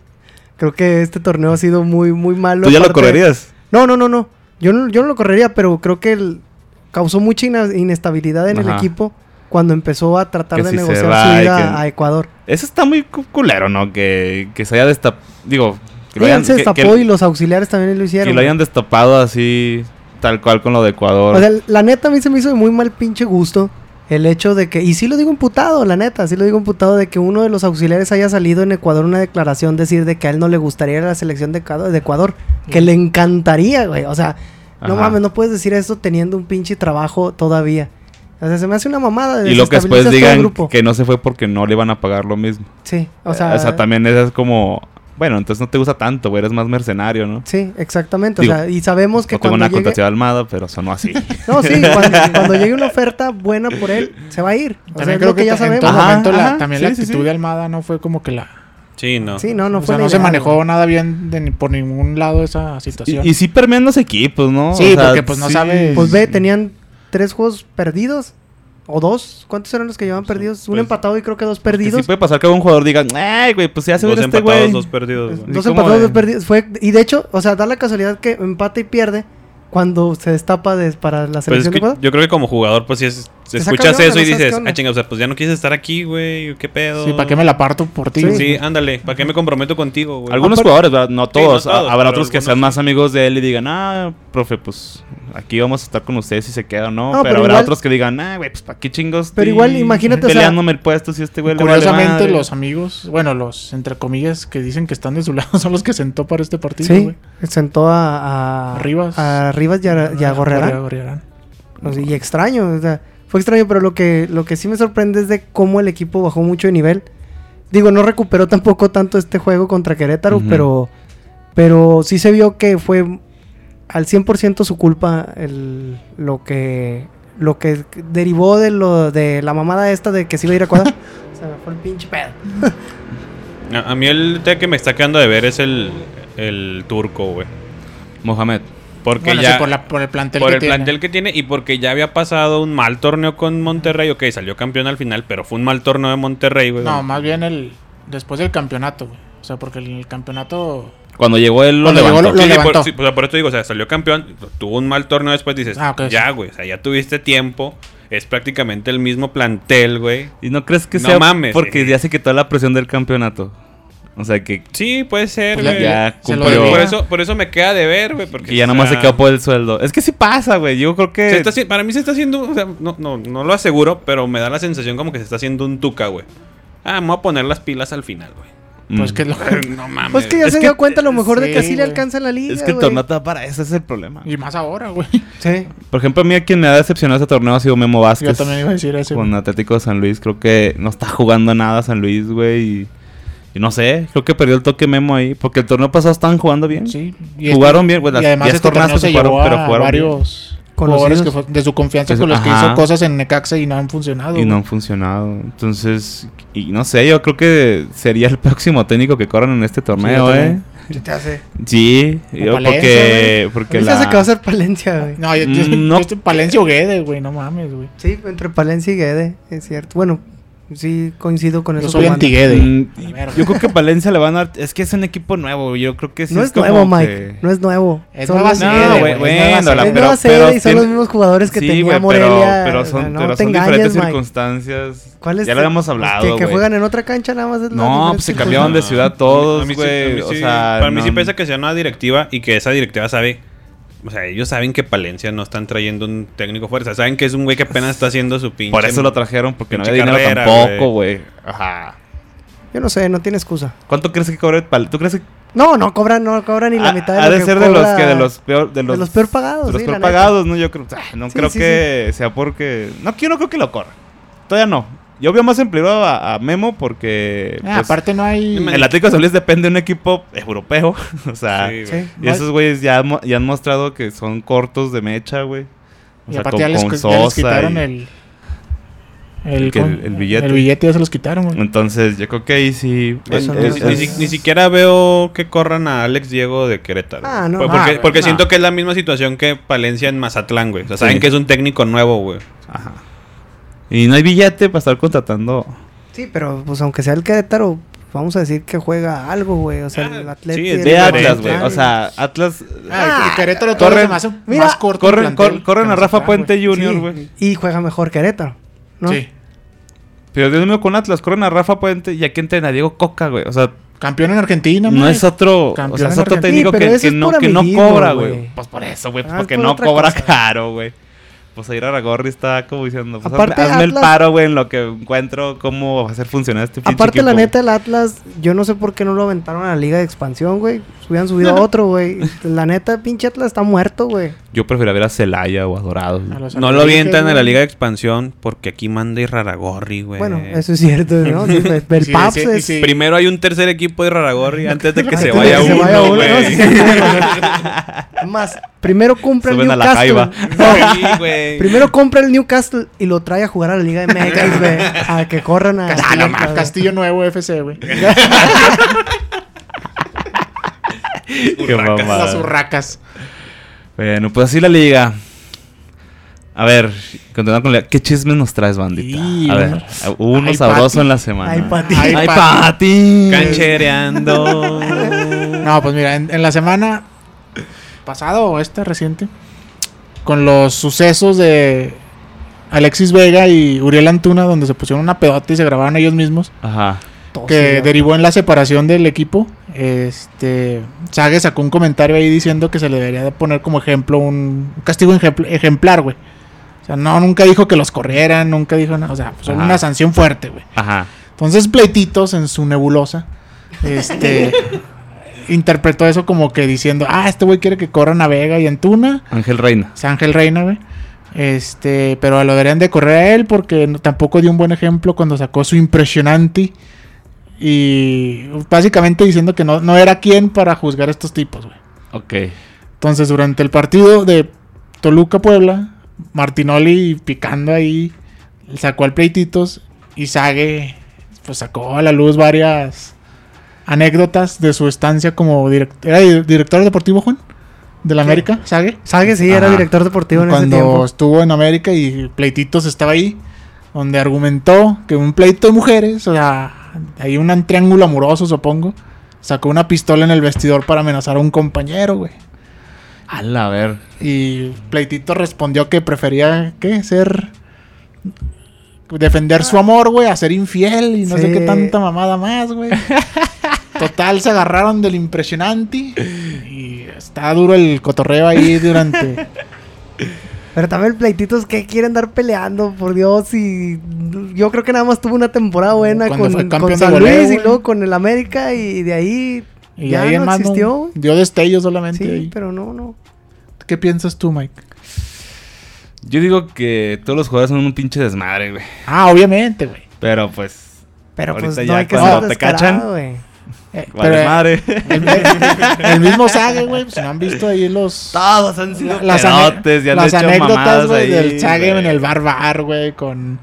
Creo que este torneo ha sido muy, muy malo.
¿Tú ya lo
aparte-
correrías?
No, no, no, no. Yo no, yo no lo correría, pero creo que él causó mucha ina- inestabilidad en el
Ajá.
equipo cuando empezó a tratar
Que
de
si se
negociar
va
su
y
ida
que-
a Ecuador.
Eso está muy cu- culero, ¿no? Que, que se haya destapado. Digo, que lo
Él
hayan,
se
que- que-
destapó y los auxiliares también lo hicieron.
que lo hayan destapado así, tal cual con lo de Ecuador.
O sea, la neta a mí se me hizo de muy mal pinche gusto el hecho de que, y sí lo digo imputado, la neta, sí lo digo imputado de que uno de los auxiliares haya salido en Ecuador una declaración decir de que a él no le gustaría ir a la selección de Ecuador, de Ecuador, que le encantaría, güey. O sea, no
Ajá.
mames, no puedes decir eso teniendo un pinche trabajo todavía. O sea, se me hace una mamada de
y lo que después
desestabilizas todo el
digan
grupo.
que no se fue porque no le iban a pagar lo mismo.
Sí, o
O
sea,
sea, también esa es como, bueno, entonces no te gusta tanto, güey, eres más mercenario, ¿no?
Sí, exactamente.
Digo,
o sea, y sabemos que
no tengo
cuando
una
llegue...
contratación de Almada, pero sonó
[LAUGHS]
así.
No, sí, cuando, cuando llegue una oferta buena por él, se va a ir. O sea,
También
es
creo
lo que, ya
en
sabemos.
todo
Ajá,
momento la-
ajá,
también
sí,
la
sí,
actitud
sí.
de Almada no fue como que la...
Sí, no.
Sí, no, no
o
fue
sea,
la
no se
idea,
manejó
güey.
nada bien de ni- por ningún lado esa situación.
y, y sí permean los equipos, ¿no?
Sí, porque, pues, no sabes-
Pues ve, tenían tres juegos perdidos. O dos. ¿Cuántos eran los que llevaban perdidos? Un
pues,
empatado y creo que dos
Que sí
perdidos.
puede pasar que un jugador diga, ay, güey, pues ya se
Dos
une este
empatados,
güey.
dos perdidos. güey.
sí,
dos
¿cómo
empatados,
de?
dos perdidos. Fue, y de hecho, o sea, da la casualidad que empata y pierde cuando se destapa de- para la
Pues es
selección
que
de Ecuador.
yo creo que como jugador, pues si es-
Te saca
escuchas eso
de onda,
y
no sabes qué
dices,
onda.
ah, chinga, o sea, pues ya no quieres estar aquí, güey, ¿qué pedo?
Sí, ¿para qué me la parto por ti?
Sí.
güey?
Sí, ándale, ¿para qué me comprometo contigo, güey?
Algunos jugadores, ¿verdad? no todos.
Pues, no todos,
ha- Habrá
pero
otros que
algunos
sean
sí.
más amigos de él y digan, ah, profe, pues aquí vamos a estar con ustedes si se queda o no. pero,
No, pero
habrá
igual-
otros que digan, ah, güey, pues para qué chingos.
Pero igual, imagínate, o sea,
Peleándome el puesto si este güey le vale
Curiosamente,
madre".
los amigos, bueno, los entre comillas que dicen que están de su [LAUGHS] lado son los que sentó para este partido,
Sí,
güey.
sentó a, a
A Rivas.
a Rivas y a, Eh, y a Gorrerán.
Gorriarán.
O sea, y extraño, o sea, fue extraño, pero lo que, lo que sí me sorprende es de cómo el equipo bajó mucho de nivel. Digo, no recuperó tampoco tanto este juego contra Querétaro,
Ujú.
pero, pero sí se vio que fue al 100% su culpa el, lo que lo que derivó de lo de la mamada esta de que se iba a ir a
[LAUGHS]
Ecuador. se me fue el pinche pedo.
A, a mí el té que me está quedando de ver es el, el turco, güey.
Mohamed.
Porque
Bueno,
ya...
sí, por, la- por el plantel
por
que
el
tiene.
plantel que tiene y porque ya había pasado un mal torneo con Monterrey. Ok, salió campeón al final, pero fue un mal torneo de Monterrey, güey.
No, más bien el después del campeonato, güey. O sea, porque el campeonato
Cuando llegó él, lo
Cuando llegó,
levantó.
lo-
Sí, sí,
levantó.
Por, sí, o sea, por eso digo, o sea, salió campeón, tuvo un mal torneo después, dices,
Ah, ok,
ya,
sí.
güey, o sea, ya tuviste tiempo, es prácticamente el mismo plantel, güey.
¿Y no crees que
No
sea
mames.
porque ya se quitó la presión del campeonato? O sea, que,
Sí, puede ser,
Pues ya-
güey.
ya
se lo
Por,
cumplió.
debía.
por eso, por eso me queda de ver, güey. Porque
que ya nomás
o sea,
se quedó por el sueldo. Es que sí pasa, güey. Yo creo que...
se está haci- para mí se está haciendo, o sea, no, no, no lo aseguro, pero me da la sensación como que se está haciendo un tuca, güey. Ah, me voy a poner las pilas al final, güey.
Mm.
pues que es lo
No mames.
Pues que ya
Es
se
que-
dio cuenta a lo mejor de que
sí,
sí le
güey.
alcanza la liga.
Es que el
güey.
torneo está para eso, ese es el problema.
y más ahora, güey.
Sí.
Por ejemplo, a mí a quien me ha decepcionado este torneo ha sido Memo Vázquez.
Yo también iba a decir eso.
Con
güey.
Atlético de San Luis. Creo que no está jugando nada San Luis, güey. Y, y no sé, creo que perdió el toque Memo ahí. Porque el torneo pasado estaban jugando bien.
Sí.
Jugaron bien, güey, las
y además
10
este
torneos
torneo
que
se
jugaron,
llevó a
pero jugaron
varios jugadores que
Conocidos.
fue- de su confianza
Eso-
con los que
ajá.
hizo cosas en Necaxa y no han funcionado.
Y no
güey.
han funcionado. Entonces, y no sé, yo creo que sería el [LAUGHS] próximo técnico que corran en este torneo,
yo
¿eh?
también.
¿Qué te hace?
Sí,
O
yo
Palencia,
porque. porque
¿Qué se hace
la...
que va a ser Palencia, güey?
No, yo, yo-
Mm, no.
yo estoy Palencia o Guede, güey, no mames, güey.
Sí, entre Palencia y Guede, es cierto. Bueno, sí coincido con eso.
Yo soy
que
anti-Guede.
Mm,
La verga.
yo creo que Valencia le van a dar. Es que es un equipo nuevo. Yo creo que sí.
mandan. No es
como
nuevo,
que-
Mike. No es nuevo.
Es
Son
nueva
los-
sede,
No, güey,
güey, es
bueno,
nueva
la-
sede.
Es
pero-
nueva sede
pero
y son los
tiene-
mismos jugadores que
sí,
tenía
güey, pero-
Morelia. Ah,
Pero, son,
No,
pero
te
son
engañes,
diferentes
Mike.
circunstancias.
¿Cuál es
ya lo
el-
habíamos hablado.
Que, que
güey.
juegan en otra cancha nada más. es la
No,
diferencia
pues se
que
cambiaron de
juegan.
ciudad
A
todos,
mí sí- a
güey.
mí
o
sí-
sea,
para mí sí
no-
pesa que sea una directiva y que esa directiva sabe. O sea, ellos saben que Palencia no están trayendo un técnico fuerza. Saben que es un güey que apenas está haciendo su pinche.
Por eso lo trajeron, porque no
pinche
había dinero
carrera,
tampoco, güey. Ajá.
Yo no sé, no tiene excusa.
¿Cuánto crees que cobre Pal- ¿Tú crees que
No, no cobran, no cobran ni la
ha-
mitad de
ha
lo
de
que
ser de los
cobra-
que de los peor de los,
los peor pagados,
de los
sí,
peor
la neta.
pagados, no yo creo, ah, no
Sí,
creo
sí,
que sea porque no que yo no creo que lo corra. Todavía no. Yo veo más empleado a, a Memo porque
Ah,
pues,
aparte no hay...
el Atlético de San Luis depende de un equipo europeo, [LAUGHS] o sea,
Sí, güey.
Sí.
y esos güeyes ya, han mo- ya han mostrado que son cortos de mecha, güey. O
Y
sea,
aparte
con-
ya les,
con
ya les
Sosa
quitaron
y-
el...
el que-
con-
el billete.
El billete ya se los quitaron, güey.
Entonces, yo creo que ahí sí
Ni,
es-
Eso no
ni-
es-
ni-
es-
ni siquiera veo que corran a Alex Diego de Querétaro.
Ah, no.
Por- Porque,
Ah,
porque
no.
siento que es la misma situación que Palencia en Mazatlán, güey. O sea,
Sí.
saben que es un técnico nuevo, güey.
Ajá. Y no hay billete para estar contratando.
Sí, pero pues aunque sea el Querétaro, vamos a decir que juega algo, güey. O sea,
Ah,
el
sí,
Atlético.
es
Ve
de
Atlas,
diferente.
güey. O sea, Atlas.
Ah, y Querétaro todo
corren-
se me hace
mira,
más corto. el
corren,
plantel
cor- corren
que
a Rafa
Mazatlán,
Puente
güey.
Jr., güey.
Y juega mejor Querétaro, ¿no?
Sí,
Pero Dios mío, con Atlas, corren a Rafa Puente y aquí entrena a Diego Coca, güey. O sea,
campeón en Argentina,
no,
madre.
es otro. O
Campeón
sea, es
en
otro
Argentina.
técnico
Sí,
que,
pero eso
que
es
no,
por
que no
amiguismo,
cobra,
güey.
güey. Pues por eso, güey.
Ah, es
porque
por
no
otra
[LAUGHS] cobra
cosa.
caro, güey. Pues ahí Aragorri está como diciendo, pues,
Aparte,
hazme el
Atlas-
paro, güey, en lo que encuentro cómo hacer funcionar este pinche
Aparte, la
equipo.
neta, el Atlas, yo no sé por qué no lo aventaron a la Liga de Expansión, güey. Hubieran
[LAUGHS]
subido a otro, güey. La neta, pinche Atlas está muerto, güey.
Yo prefiero ver a Celaya o a Dorados. güey.
A los
No lo
argentinos,
avientan a la
güey.
Liga de Expansión porque aquí manda Iraragorri, güey.
Bueno, eso es cierto, ¿no? Sí, pues, el
Sí,
Paps
sí,
es.
sí.
Primero hay un tercer equipo de
[LAUGHS]
Iraragorri antes de que se
antes de
vaya
que se vaya
uno, [LAUGHS]
uno, ¿no?
güey.
Sí, sí. Más, primero compra
Suben a
el
la
Newcastle.
jaiba.
Sí,
[LAUGHS]
güey.
Primero compra el Newcastle y lo trae a jugar a la Liga de MX, güey. A que
[LAUGHS]
corran
Ah,
a.
Castillo,
a-
ma- Castillo Nuevo FC, [LAUGHS] güey.
Qué
Urracas.
mamada.
Las urracas.
Bueno, pues así la liga. A ver, continuando con la ¿Qué chismes nos traes, bandita?
Y
a ver,
unos-
hubo uno
Ay,
sabroso
Pati.
en la semana.
Ay, Pati.
Ay,
Ay,
Pati.
Pati.
Canchereando.
No, pues mira, en, en la semana pasada o esta reciente, con los sucesos de Alexis Vega y Uriel Antuna, donde se pusieron una pedota y se grabaron ellos mismos,
[LAUGHS] Ajá.
Tos,
que
güey.
derivó en la separación del equipo. Este, Sague sacó un comentario ahí diciendo que se le debería de poner como ejemplo un un castigo ejempl- ejemplar, güey. O sea, no, nunca dijo que los corrieran, nunca dijo nada. O sea, solo
Ajá.
una sanción fuerte, güey.
Ajá.
Entonces, Pleititos en su nebulosa, este, interpretó eso como que diciendo, ah, este güey quiere que corran a Vega y Antuna,
Ángel Reina.
o sea, Ángel Reina, güey. Este, pero lo deberían de correr a él porque no- tampoco dio un buen ejemplo cuando sacó su impresionante y básicamente diciendo que no, no era quien para juzgar a estos tipos, güey.
Ok.
Entonces, durante el partido de Toluca-Puebla, Martinoli picando ahí, sacó al pleititos y Sague pues sacó a la luz varias anécdotas de su estancia como director. ¿Era di- director deportivo, Juan? ¿De la
Sí.
América? ¿Sague?
Sague sí era
Ajá.
director deportivo en ese
Cuando
tiempo.
estuvo en América y Pleititos estaba ahí, donde argumentó que un pleito de mujeres, o sea, hay un triángulo amoroso, supongo, sacó una pistola en el vestidor para amenazar a un compañero, güey.
Ala, a ver.
Y Pleitito respondió que prefería, ¿qué? Ser... Defender su amor, güey, a ser infiel y no sé
Sí.
qué tanta mamada más, güey. Total, se agarraron del impresionante y está duro el cotorreo ahí durante...
Pero también el pleititos que quieren andar peleando, por Dios. Y yo creo que nada más tuvo una temporada buena
Cuando
con,
fue
con
campeón de
San
goleo,
Luis y
güey.
luego con el América y de ahí
Y
ya
ahí en
no
más
existió. güey.
dio destello solamente.
Sí,
ahí.
pero no, no.
¿Qué piensas tú, Mike?
Yo digo que todos los jugadores son un pinche desmadre, güey.
Ah, obviamente, güey.
Pero pues.
Pero
Ahorita
pues
ya
no hay que
cuando
ser
te cachan.
[LAUGHS]
descarado, güey.
Eh,
Vale,
pero, eh, [LAUGHS]
madre.
El, el mismo Sage, güey, pues no han visto
[LAUGHS]
ahí los...
Todos han sido
las ane-
pedotes y han
las
hecho
anécdotas,
mamadas
güey,
ahí,
del Sage
güey.
en el bar bar, güey, con...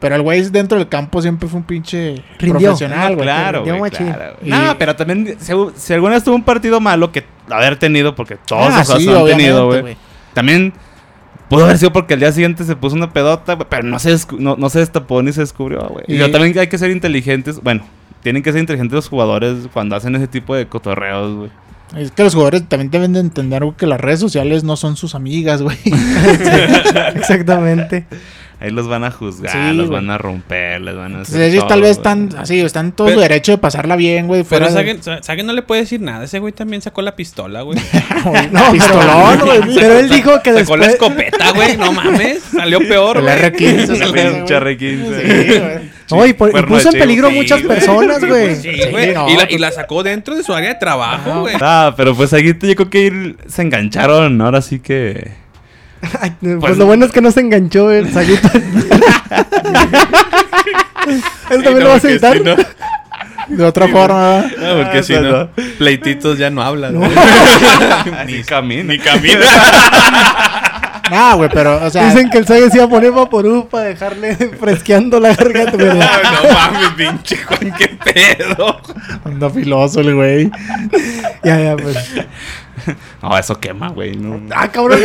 Pero el güey dentro del campo siempre fue un pinche
Rindió.
profesional, güey.
Claro,
Yo
güey,
machín.
claro,
Y-
güey. No, pero también, si, si alguna vez tuvo un partido malo que haber tenido, porque todos
Ah,
los
sí,
han
obviamente,
tenido, güey.
güey.
También pudo haber sido porque al día siguiente se puso una pedota, güey, pero no se, descu- no, no se destapó ni se descubrió, güey.
Y-
Pero también hay que ser inteligentes. Bueno, tienen que ser inteligentes los jugadores cuando hacen ese tipo de cotorreos, güey.
Es que los jugadores también deben de entender güey, que las redes sociales no son sus
[LAUGHS]
amigas, güey.
Exactamente.
Ahí los van a juzgar,
Sí,
los
güey.
van a romper, les van a hacer
Entonces, ellos
todo,
tal vez
güey.
están así, están todos
Pero-
su derecho de pasarla bien, güey. fuera
Pero
de-
Sagen, Sa- Sagen no le puede decir nada. Ese güey también sacó la pistola,
[LAUGHS]
güey.
no, pistolón,
[LAUGHS]
güey.
Ah, Pero él dijo que
Sacó la
después.
escopeta, güey. No mames.
[LAUGHS]
Salió peor,
El
güey. [LAUGHS]
R15,
El
güey.
pinche R15.
Sí, güey.
No, y, por- y
Cuerno de
puso en
chivo.
peligro
Sí,
muchas
güey.
personas,
Pues
güey.
sí,
Sí,
güey.
no,
y, la,
pues-
y la sacó dentro de su área de trabajo, güey.
Ah, pero pues ahí te- yo creo que ir- se engancharon, ahora sí que...
Ay, Pues,
Pues-
lo bueno es que no se enganchó
[LAUGHS]
el saguito. Él también
Sí,
lo
no,
vas a
porque
editar.
si no-
[LAUGHS]
De otra forma, ¿verdad?
no, porque
Ah,
si
pues
no,
no.
pleititos ya no hablan. [LAUGHS] güey. [LAUGHS]
ni camina.
Ni camina. [LAUGHS]
Nah, güey, pero, o sea,
Dicen que el Sague se iba a poner vaporú para dejarle [LAUGHS] fresqueando la garganta. pero-
no mames, pinche Juan, qué pedo.
anda filoso el güey.
ya, ya, pues.
No, eso quema, güey. No.
Ah,
[LAUGHS]
cabrón.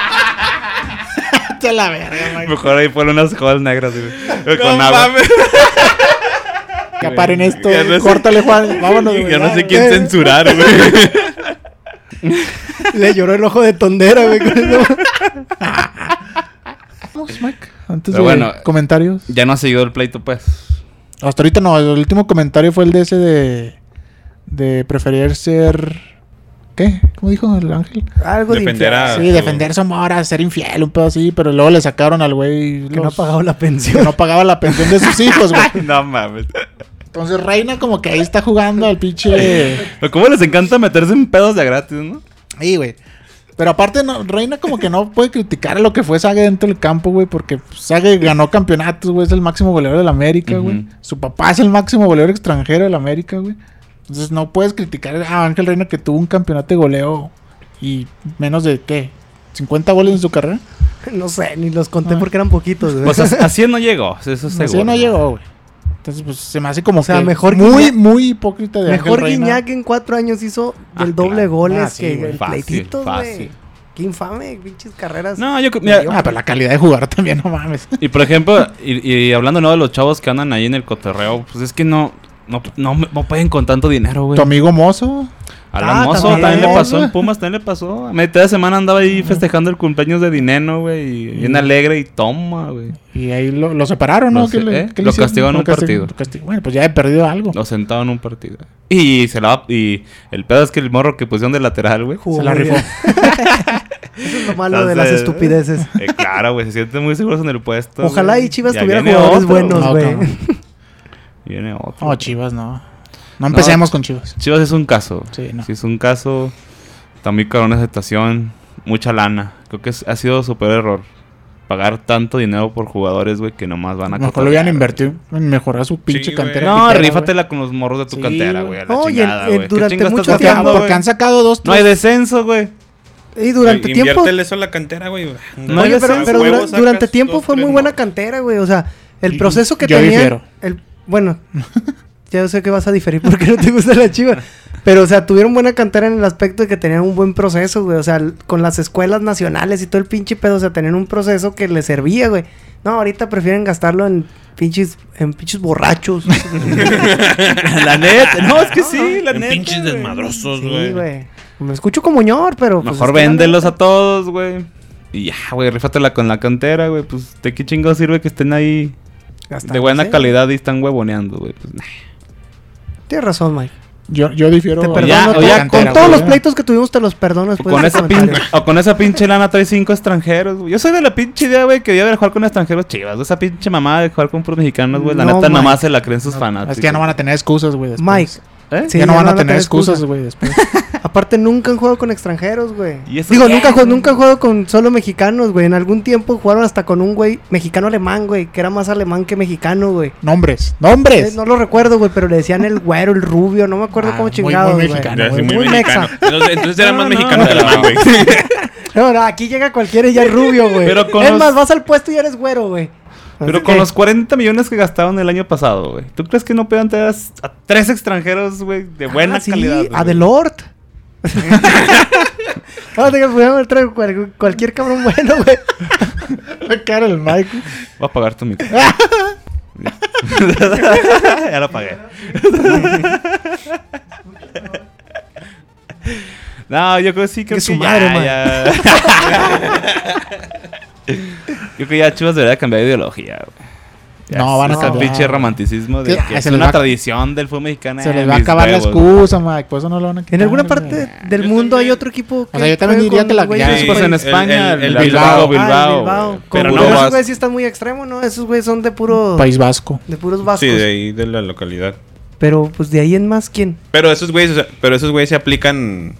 [LAUGHS]
Te la verga, güey.
Mejor ahí ponen unas jodas negras, güey. Con
no
agua.
mames.
Ya paren esto,
Ya no sé-
córtale, Juan. Vámonos, güey.
[LAUGHS] Ya no sé
ya,
quién
güey. Eh,
censurar, güey.
[LAUGHS]
Le lloró el ojo de tondera, güey. con eso.
vamos, Mike. Antes
Pero
de
bueno,
comentarios.
Ya no ha seguido el pleito, pues.
Hasta ahorita no, el último comentario fue el de ese de. de preferir ser. ¿Qué? ¿Cómo dijo el ángel?
Algo
Defender
de
a-
Ah,
infiel,
Sí, defender su mora, ser infiel, un pedo así, pero luego le sacaron al güey.
Que no ha
los-
pagado la
que
pensión.
no pagaba la pensión de sus hijos, güey.
No mames.
Entonces Reina como que ahí está jugando al pinche...
¿Cómo les encanta meterse en pedos de gratis, no?
Ahí, güey. Pero aparte no, Reina como que no puede criticar a lo que fue Sage dentro del campo, güey, porque Sage ganó campeonatos, güey, es el máximo goleador de la América, güey.
Ujú.
Su papá es el máximo goleador extranjero de la América, güey. Entonces no puedes criticar a Ángel Reina que tuvo un campeonato de goleo y menos de, ¿qué? ¿50 goles en su carrera?
[LAUGHS] No sé, ni los conté
Ah.
porque eran poquitos, güey.
Pues
[LAUGHS]
as- así no llegó, eso es seguro.
Así no llegó, güey. Entonces, pues se me hace como
O sea,
que
mejor
muy,
Guiñac-
muy hipócrita de Ángel
Mejor
Reina.
Guiñac en cuatro años hizo
Ah,
del doble
claro.
goles
Ah, sí,
que
güey.
el
Fácil,
pleitito, güey.
fácil.
Qué infame, pinches carreras.
No, yo creo. mira,
Ah, pero la calidad de jugar [LAUGHS] también, no mames.
Y por ejemplo, y, y hablando no de los chavos que andan ahí en el cotorreo, pues es que no. No, no, no pueden con tanto dinero, güey.
Tu amigo mozo.
Alan
Ah,
Mozo
también.
también, le pasó
Güey.
en Pumas, también le pasó. A mitad de semana andaba ahí festejando el cumpleaños de Dineno, güey. y Bien alegre y toma, güey.
Y ahí lo, lo separaron, ¿no?
No sé, ¿eh? Lo
hicieron?
castigó en un
castig-
partido.
lo castig- Bueno, pues ya he perdido algo.
Lo sentaban en un partido. Y se la y el pedo es que el morro que pusieron de lateral, güey.
Jugó
se la
muy
rifó.
bien. Eso es lo malo de las
Entonces,
estupideces.
eh, claro, güey, se sienten muy seguros en el puesto.
Ojalá
güey.
y Chivas
Ya
tuviera
viene
jugadores
otro,
buenos,
No,
güey.
cabrón.
Viene otro.
No, Chivas, no. No empecemos con Chivas.
Chivas es un caso.
Sí, no.
pues, Sí, es un caso. También cabrón aceptación. Mucha lana. Creo que es- ha sido su peor error. Pagar tanto dinero por jugadores, güey, que nomás van a
Mejor
cotorrear,
lo hubieran
güey.
invertido en mejorar su pinche
güey.
cantera.
No,
pitera,
rífatela con los morros de tu
Sí,
cantera,
güey.
güey. a la
No, y el-
chingada,
el-
güey. ¿Qué
durante
chingas
mucho
estás
Porque,
tiempo-
haciendo,
porque
güey?
han sacado dos,
No hay
tres-
descenso, güey.
Y durante
Güey,
tiempo.
Inviértele eso a la cantera, güey.
No hay
Oye, pero,
descenso.
pero
Huevo,
dura-
sacas
durante tiempo
dos,
fue
tres
muy buena [LAUGHS]
morros.
cantera, güey. O sea, el
Y-
proceso que
yo
tenían.
difiero.
El, bueno, [LAUGHS] ya sé que vas a diferir porque no te gusta la chiva. Pero, o sea, tuvieron buena cantera en el aspecto de que tenían un buen proceso, güey. O sea, l- con las escuelas nacionales y todo el pinche pedo. O sea, tenían un proceso que les servía, güey. No, ahorita prefieren gastarlo en pinches, en pinches [LAUGHS] borrachos.
la neta. No, es que
No,
sí, la
En
neta.
pinches
güey.
desmadrosos, güey.
sí, güey. Me escucho como ñor, pero. pues,
Mejor
es que la
véndelos
neta-
a todos, güey. Y ya, güey, rífatela con la cantera, güey. Pues, ¿de qué chingados sirve que estén ahí
gastar,
de buena
sí.
calidad y están huevoneando, güey? Pues, nah.
Tienes razón, Mike.
Yo, yo difiero.
Te
con-
perdono.
ya-
todo.
o ya
con
cantera,
todos
güey.
los pleitos que tuvimos, te los perdono
O
después
con,
de
esa
ese
pinche,
comentario.
o con esa pinche lana trae cinco extranjeros, güey. Yo soy de la pinche idea, güey, que debía de jugar con extranjeros chivas. Esa pinche mamada de jugar con puros mexicanos, güey. La
No,
neta,
Mike.
nomás se la creen sus
No,
fanáticos.
Es que ya no van a tener excusas, güey. después.
Mike,
¿Eh?
Sí,
ya no van a
van
tener
excusa.
excusas, güey, después.
Aparte, nunca han jugado con extranjeros, güey.
¿Y eso
Digo,
qué?
nunca, han jugado- nunca han jugado con solo mexicanos, güey. En algún tiempo jugaron hasta con un güey mexicano-alemán, güey, que era más alemán que mexicano, güey.
Nombres,
Eh,
nombres.
no lo recuerdo, güey, pero le decían el güero, el rubio, no me acuerdo
Ah,
cómo
muy-
chingados,
muy
güey.
mexicano,
Ya, sí,
güey.
muy
Muy
mexicano.
mexa.
Entonces, entonces era
No,
más
no,
mexicano que
no.
alemán, güey.
No, no, aquí llega cualquiera y ya es rubio, güey.
Pero con
es
los-
más, vas al puesto y ya eres güero, güey. Eh,
Pero
Así
con
que-
los 40 millones que gastaron el año pasado, güey. ¿Tú crees que no puedan tener a a tres extranjeros, güey, de buena
Ah, sí,
calidad? güey?
A The Lord. [LAUGHS] Ahora te que podíamos traer cual- cualquier cabrón bueno, güey.
[LAUGHS] La cara del Mike.
Voy a pagar tu
[LAUGHS]
micrófono. ya lo pagué. no, yo creo que sí creo
Que
que,
su
ya,
madre, man.
ya. [LAUGHS] Yo creo que ya Chivas debería cambiar de ideología, güey. Ya
No, van a
es ese
cambiar.
pinche romanticismo de
Sí,
que
ah,
es
se les
una
va-
tradición del fútbol mexicano.
Se
eh,
les va a
mis
acabar la
huevos,
excusa, Mike. Por eso no lo van a quitar.
En alguna
güey.
parte del mundo hay otro equipo que.
sea, yo también
juegue
diría
con
que la-
güeyes
ya,
Sí, pues
güey.
en
el-
España, el,
el- el
Pues, Bilbao,
Bilbao.
Ah, el
Bilbao.
Bilbao.
güey.
Con
Pero no
Como
Bilbao,
vas.
esos güeyes sí están muy extremos, ¿no? Esos güeyes son de puro.
País Vasco.
De puros vascos.
Sí, de ahí, de la localidad.
Pero pues de ahí en más, ¿quién?
Pero esos güeyes, o sea, pero esos güeyes se aplican.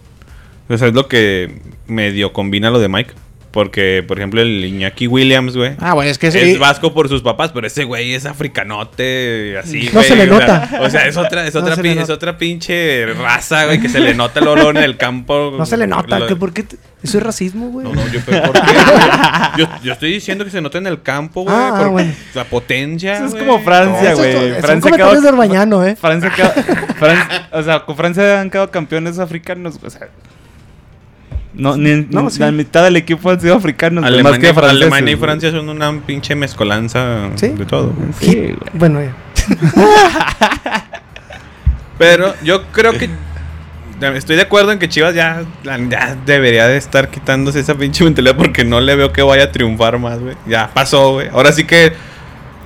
O sea, es lo que medio combina lo de Mike. Porque, por ejemplo, el Iñaki Williams, güey.
Ah, güey, es que
es
sí.
vasco por sus papás, pero ese güey es africanote, así,
No
güey,
se le
o sea,
nota.
o sea, es otra, es
No
otra,
se le
pin-
nota.
es otra pinche raza, güey, que se le nota el olor en el campo.
Pues,
No se le nota.
Lo-
que ¿Por qué? te- Eso es racismo, güey.
No, no, yo, pero ¿por qué,
[LAUGHS]
güey? yo, yo estoy diciendo que se nota en el campo, güey.
Ah, ah,
por
bueno.
La potencia.
Eso es
güey.
como Francia,
Esos
güey.
son-
Francia
Son comentarios
acaba-
de Orbañano, ¿eh?
Francia, queda- Fran- o sea, con Francia han quedado campeones africanos, o sea, no, ni, ni-
No, sí.
la mitad del equipo han sido africanos, güey, más
Alemania,
que franceses,
Alemania y
güey.
Francia son una pinche mezcolanza
Sí.
de todo. güey.
Sí, güey.
Bueno, eh, ya.
Pero yo creo que estoy de acuerdo en que Chivas ya, ya debería de estar quitándose esa pinche mentalidad porque no le veo que vaya a triunfar más, güey. Ya pasó, güey. Ahora sí que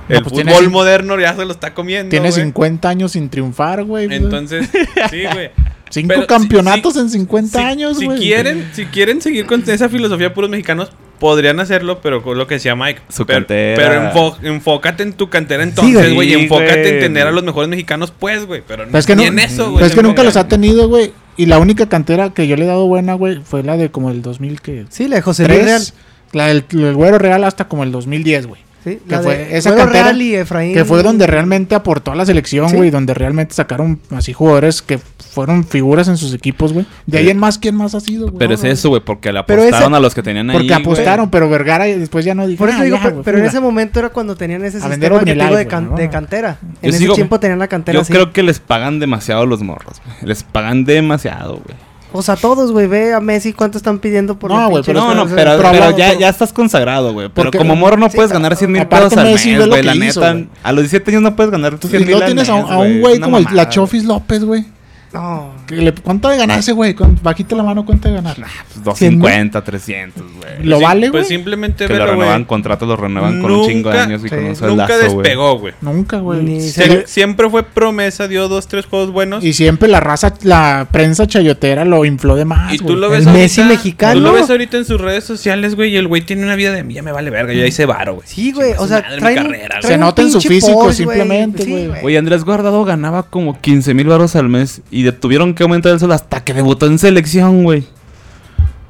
el
No, pues tiene
fútbol
cin-
moderno ya se lo está comiendo.
Tiene
güey.
50 años sin triunfar, güey.
Entonces, sí,
[LAUGHS]
güey.
Cinco
pero si-
campeonatos
si-
en 50
Si-
años,
si
güey.
quieren, si quieren seguir con esa filosofía puros mexicanos, podrían hacerlo, pero con lo que decía Mike.
Su
pero,
cantera.
Pero enfo- enfócate en tu cantera
güey.
entonces, güey.
Sí,
y enfócate
güey.
en tener a los mejores mexicanos, pues, güey. Pero
Pero es que,
ni
no-
en eso, güey.
pero es que
se
nunca los ha
enfocan.
tenido, güey. Y la única cantera que yo le he dado buena, güey, fue la de como el 2000 que...
Sí, la de José Luis Real.
Tres, la del el Güero Real hasta como el 2010, güey.
Sí,
Que
la
fue
de
esa
Güero
cantera
Real y Efraín.
Que fue donde realmente aportó a la selección,
Mm. Sí.
güey. Donde realmente sacaron así jugadores que fueron figuras en sus equipos, güey. De ahí en más, ¿quién más ha sido, güey?
Pero es eso, güey, porque le
Pero ese-
apostaron a los que tenían ahí.
Porque
güey.
apostaron, pero Vergara después ya no dijo.
Por eso
"Ah,
digo,
ya,
pero,
güey,
pero en
fuga".
ese momento era cuando tenían ese
A
sistema
vender
que te
Omnilife,
digo de,
güey,
can-
¿no?
de cantera. En
Yo
ese
sigo-
tiempo tenían la cantera
Yo
así.
creo que les pagan demasiado los morros, güey. Les pagan demasiado, güey.
O sea, todos, güey. Ve a Messi cuánto están pidiendo por
No,
la
güey,
pinche-
pero
No,
es-
no,
es-
pero,
pero
pero
hablando-
ya, ya estás consagrado, güey. Pero
Porque-
como morro no
sí,
puedes
pero-
ganar 100 mil
aparte
pesos al mes,
Messi, ve lo
güey.
que
La
hizo,
neta,
güey.
a los 17 años no puedes ganar
Y
100 mil
luego
al
tienes a, un-
mes,
a un güey
Es una
como el- la
mamada,
Chofis López, güey.
No.
que le- ¿Cuánto de ganar ese güey? ¿Cuán- Bajita la mano, ¿cuánto de ganar?
Pues,
¿Cien mil?
250, 300, güey.
Lo
Sí,
vale, güey.
Pues simplemente
Que lo
velo, güey.
renuevan contratos, lo renuevan con un
Nunca-
chingo de años y
sí,
con un
nunca
sueldazo,
Nunca
güey.
despegó, güey.
Nunca, güey.
Ni
Se
se-
le-
Siempre fue promesa, dio dos, tres juegos buenos.
Y siempre la raza, la prensa chayotera lo infló de más.
Y tú
güey.
lo
El
ves
Messi mexicano.
Tú lo ves ahorita en sus redes sociales, güey. Y el güey tiene una vida de ya me vale verga. Yo ahí se varo, güey.
Mm. Sí, güey.
Chinga
O
su
sea,
madre, mi
traen, un-
carrera, güey.
Se
traen un
nota en su
pinche
físico,
Porsche,
simplemente,
Sí,
güey.
Oye, Andrés Guardado ganaba como 15 mil baros al mes y le tuvieron que aumentar el sueldo hasta que debutó en selección, güey.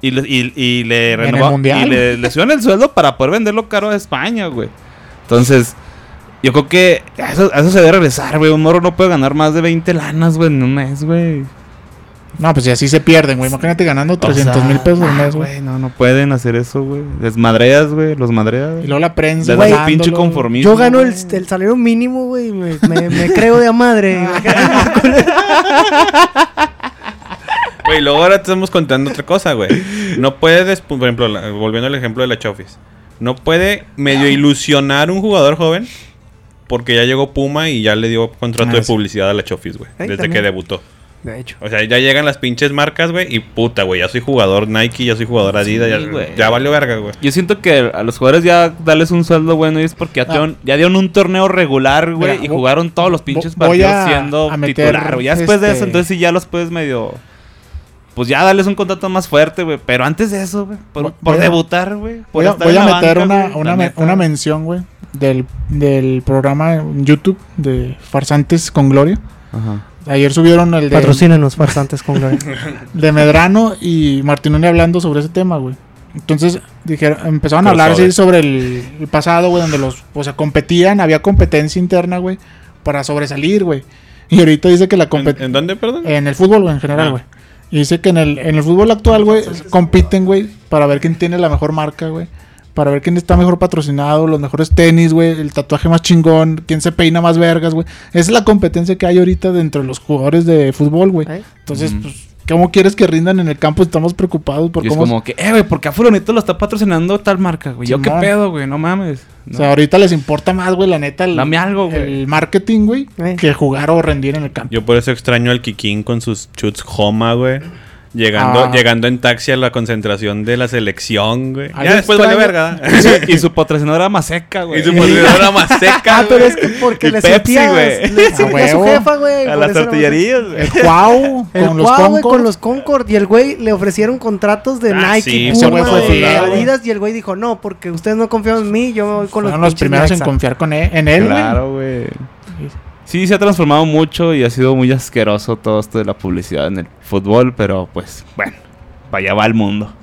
Y le, y, y le
En el
renovó-
Mundial.
Y le, le subieron el sueldo para poder venderlo caro a España, güey. Entonces, yo creo que a eso, a eso se debe regresar, güey. Un morro no puede ganar más de 20 lanas, güey, en un mes, güey.
No, pues y así se pierden, güey. Imagínate ganando 300 mil pesos al mes, güey.
Ah, No, no pueden hacer eso, güey. Les madreas, güey. Los madreas.
Y luego la prensa.
Les
güey,
das un pinche
dándolo.
conformismo.
Yo gano el,
güey.
el salario mínimo, güey. y Me, me- me creo de a madre.
Ah.
Güey, luego ahora te estamos contando otra cosa, güey. No puede, despu- por ejemplo, la- volviendo al ejemplo de la Chofis. No puede medio ilusionar un jugador joven porque ya llegó Puma y ya le dio contrato
Ah,
de
sí.
publicidad a la Chofis, güey.
Ahí
Desde
también.
que debutó.
[LAUGHS] De hecho.
O sea, ya llegan las pinches marcas, güey. Y puta, güey. Ya soy jugador Nike, ya soy jugador Adidas. ya-
güey.
ya, valió verga, güey.
Yo siento que a los jugadores ya darles un sueldo bueno y es porque ya,
Ah.
dieron, ya dieron un torneo regular, güey,
Mira,
y
vo-
jugaron todos los pinches
vo- voy
partidos
a-
siendo
a meter,
titular, güey. Ya después de eso,
este-
entonces sí ya los puedes medio. Pues ya darles un contrato más fuerte, güey. Pero antes de eso, güey, por,
Voy-
por
voy a-
debutar, güey. por
Voy a,
estar
voy
en
a
la
meter
banca,
una,
güey,
una,
la
me-
neta.
una mención, güey, del, del programa en YouTube de Farsantes con Gloria.
Ajá.
Ayer subieron el de,
Patrocínenos, farsantes con gloria.
de Medrano y Martinoli hablando sobre ese tema, güey. Entonces dijeron, empezaron a hablar así sobre el, el pasado, güey, donde los, o sea, competían, había competencia interna, güey, para sobresalir, güey. Y ahorita dice que la
¿En,
competencia...
en dónde, perdón?
En el fútbol, güey, en general,
Ah.
güey. Y dice que en el, en el fútbol actual, güey, compiten, güey, para ver quién tiene la mejor marca, güey. Para ver quién está mejor patrocinado, los mejores tenis, güey, el tatuaje más chingón, quién se peina más vergas, güey. Esa es la competencia que hay ahorita dentro de los jugadores de fútbol, güey.
¿Eh?
Entonces,
Ujú.
pues, ¿cómo quieres que rindan en el campo? Estamos preocupados por
Y es
cómo...
como que, eh, güey, ¿por qué a fulanito lo está patrocinando tal marca, güey? Yo qué
Simón.
pedo, güey, no mames.
O
No.
sea, ahorita les importa más, güey, la neta, el,
Dame algo, güey.
el marketing, güey,
Eh.
que jugar o rendir en el campo.
Yo por eso extraño al Kikín con sus chuts Homa, güey. Llegando,
Ah.
llegando en taxi a la concentración de la selección, güey.
Algo
Ya después vale
Ah, extraño.
verga.
[LAUGHS]
Y su- y su patrocinadora más seca, güey.
Y [LAUGHS] su pulidora más seca.
Ah, pero
güey.
[LAUGHS] es que porque
Y
le
Pepsi,
sentías,
güey.
le sentía a su
huevo.
jefa, güey.
A
por
las
eso era
tortillerías,
El
güey.
Cuau,
[LAUGHS] El
con los
Cuau, güey,
Concord.
con los Concord. Y el güey le ofrecieron contratos de
Ah,
Nike,
sí,
ese
Puma,
güey fue
de
fiel, güey.
Adidas. Y el güey dijo, no, porque ustedes no confían en mí, yo me voy con los
Fueron los
pinches
primeros en
Nexa".
confiar con él, en él, güey.
Claro, güey. Sí, se ha transformado mucho y ha sido muy asqueroso todo esto de la publicidad en el fútbol, pero pues, bueno, para allá va el mundo.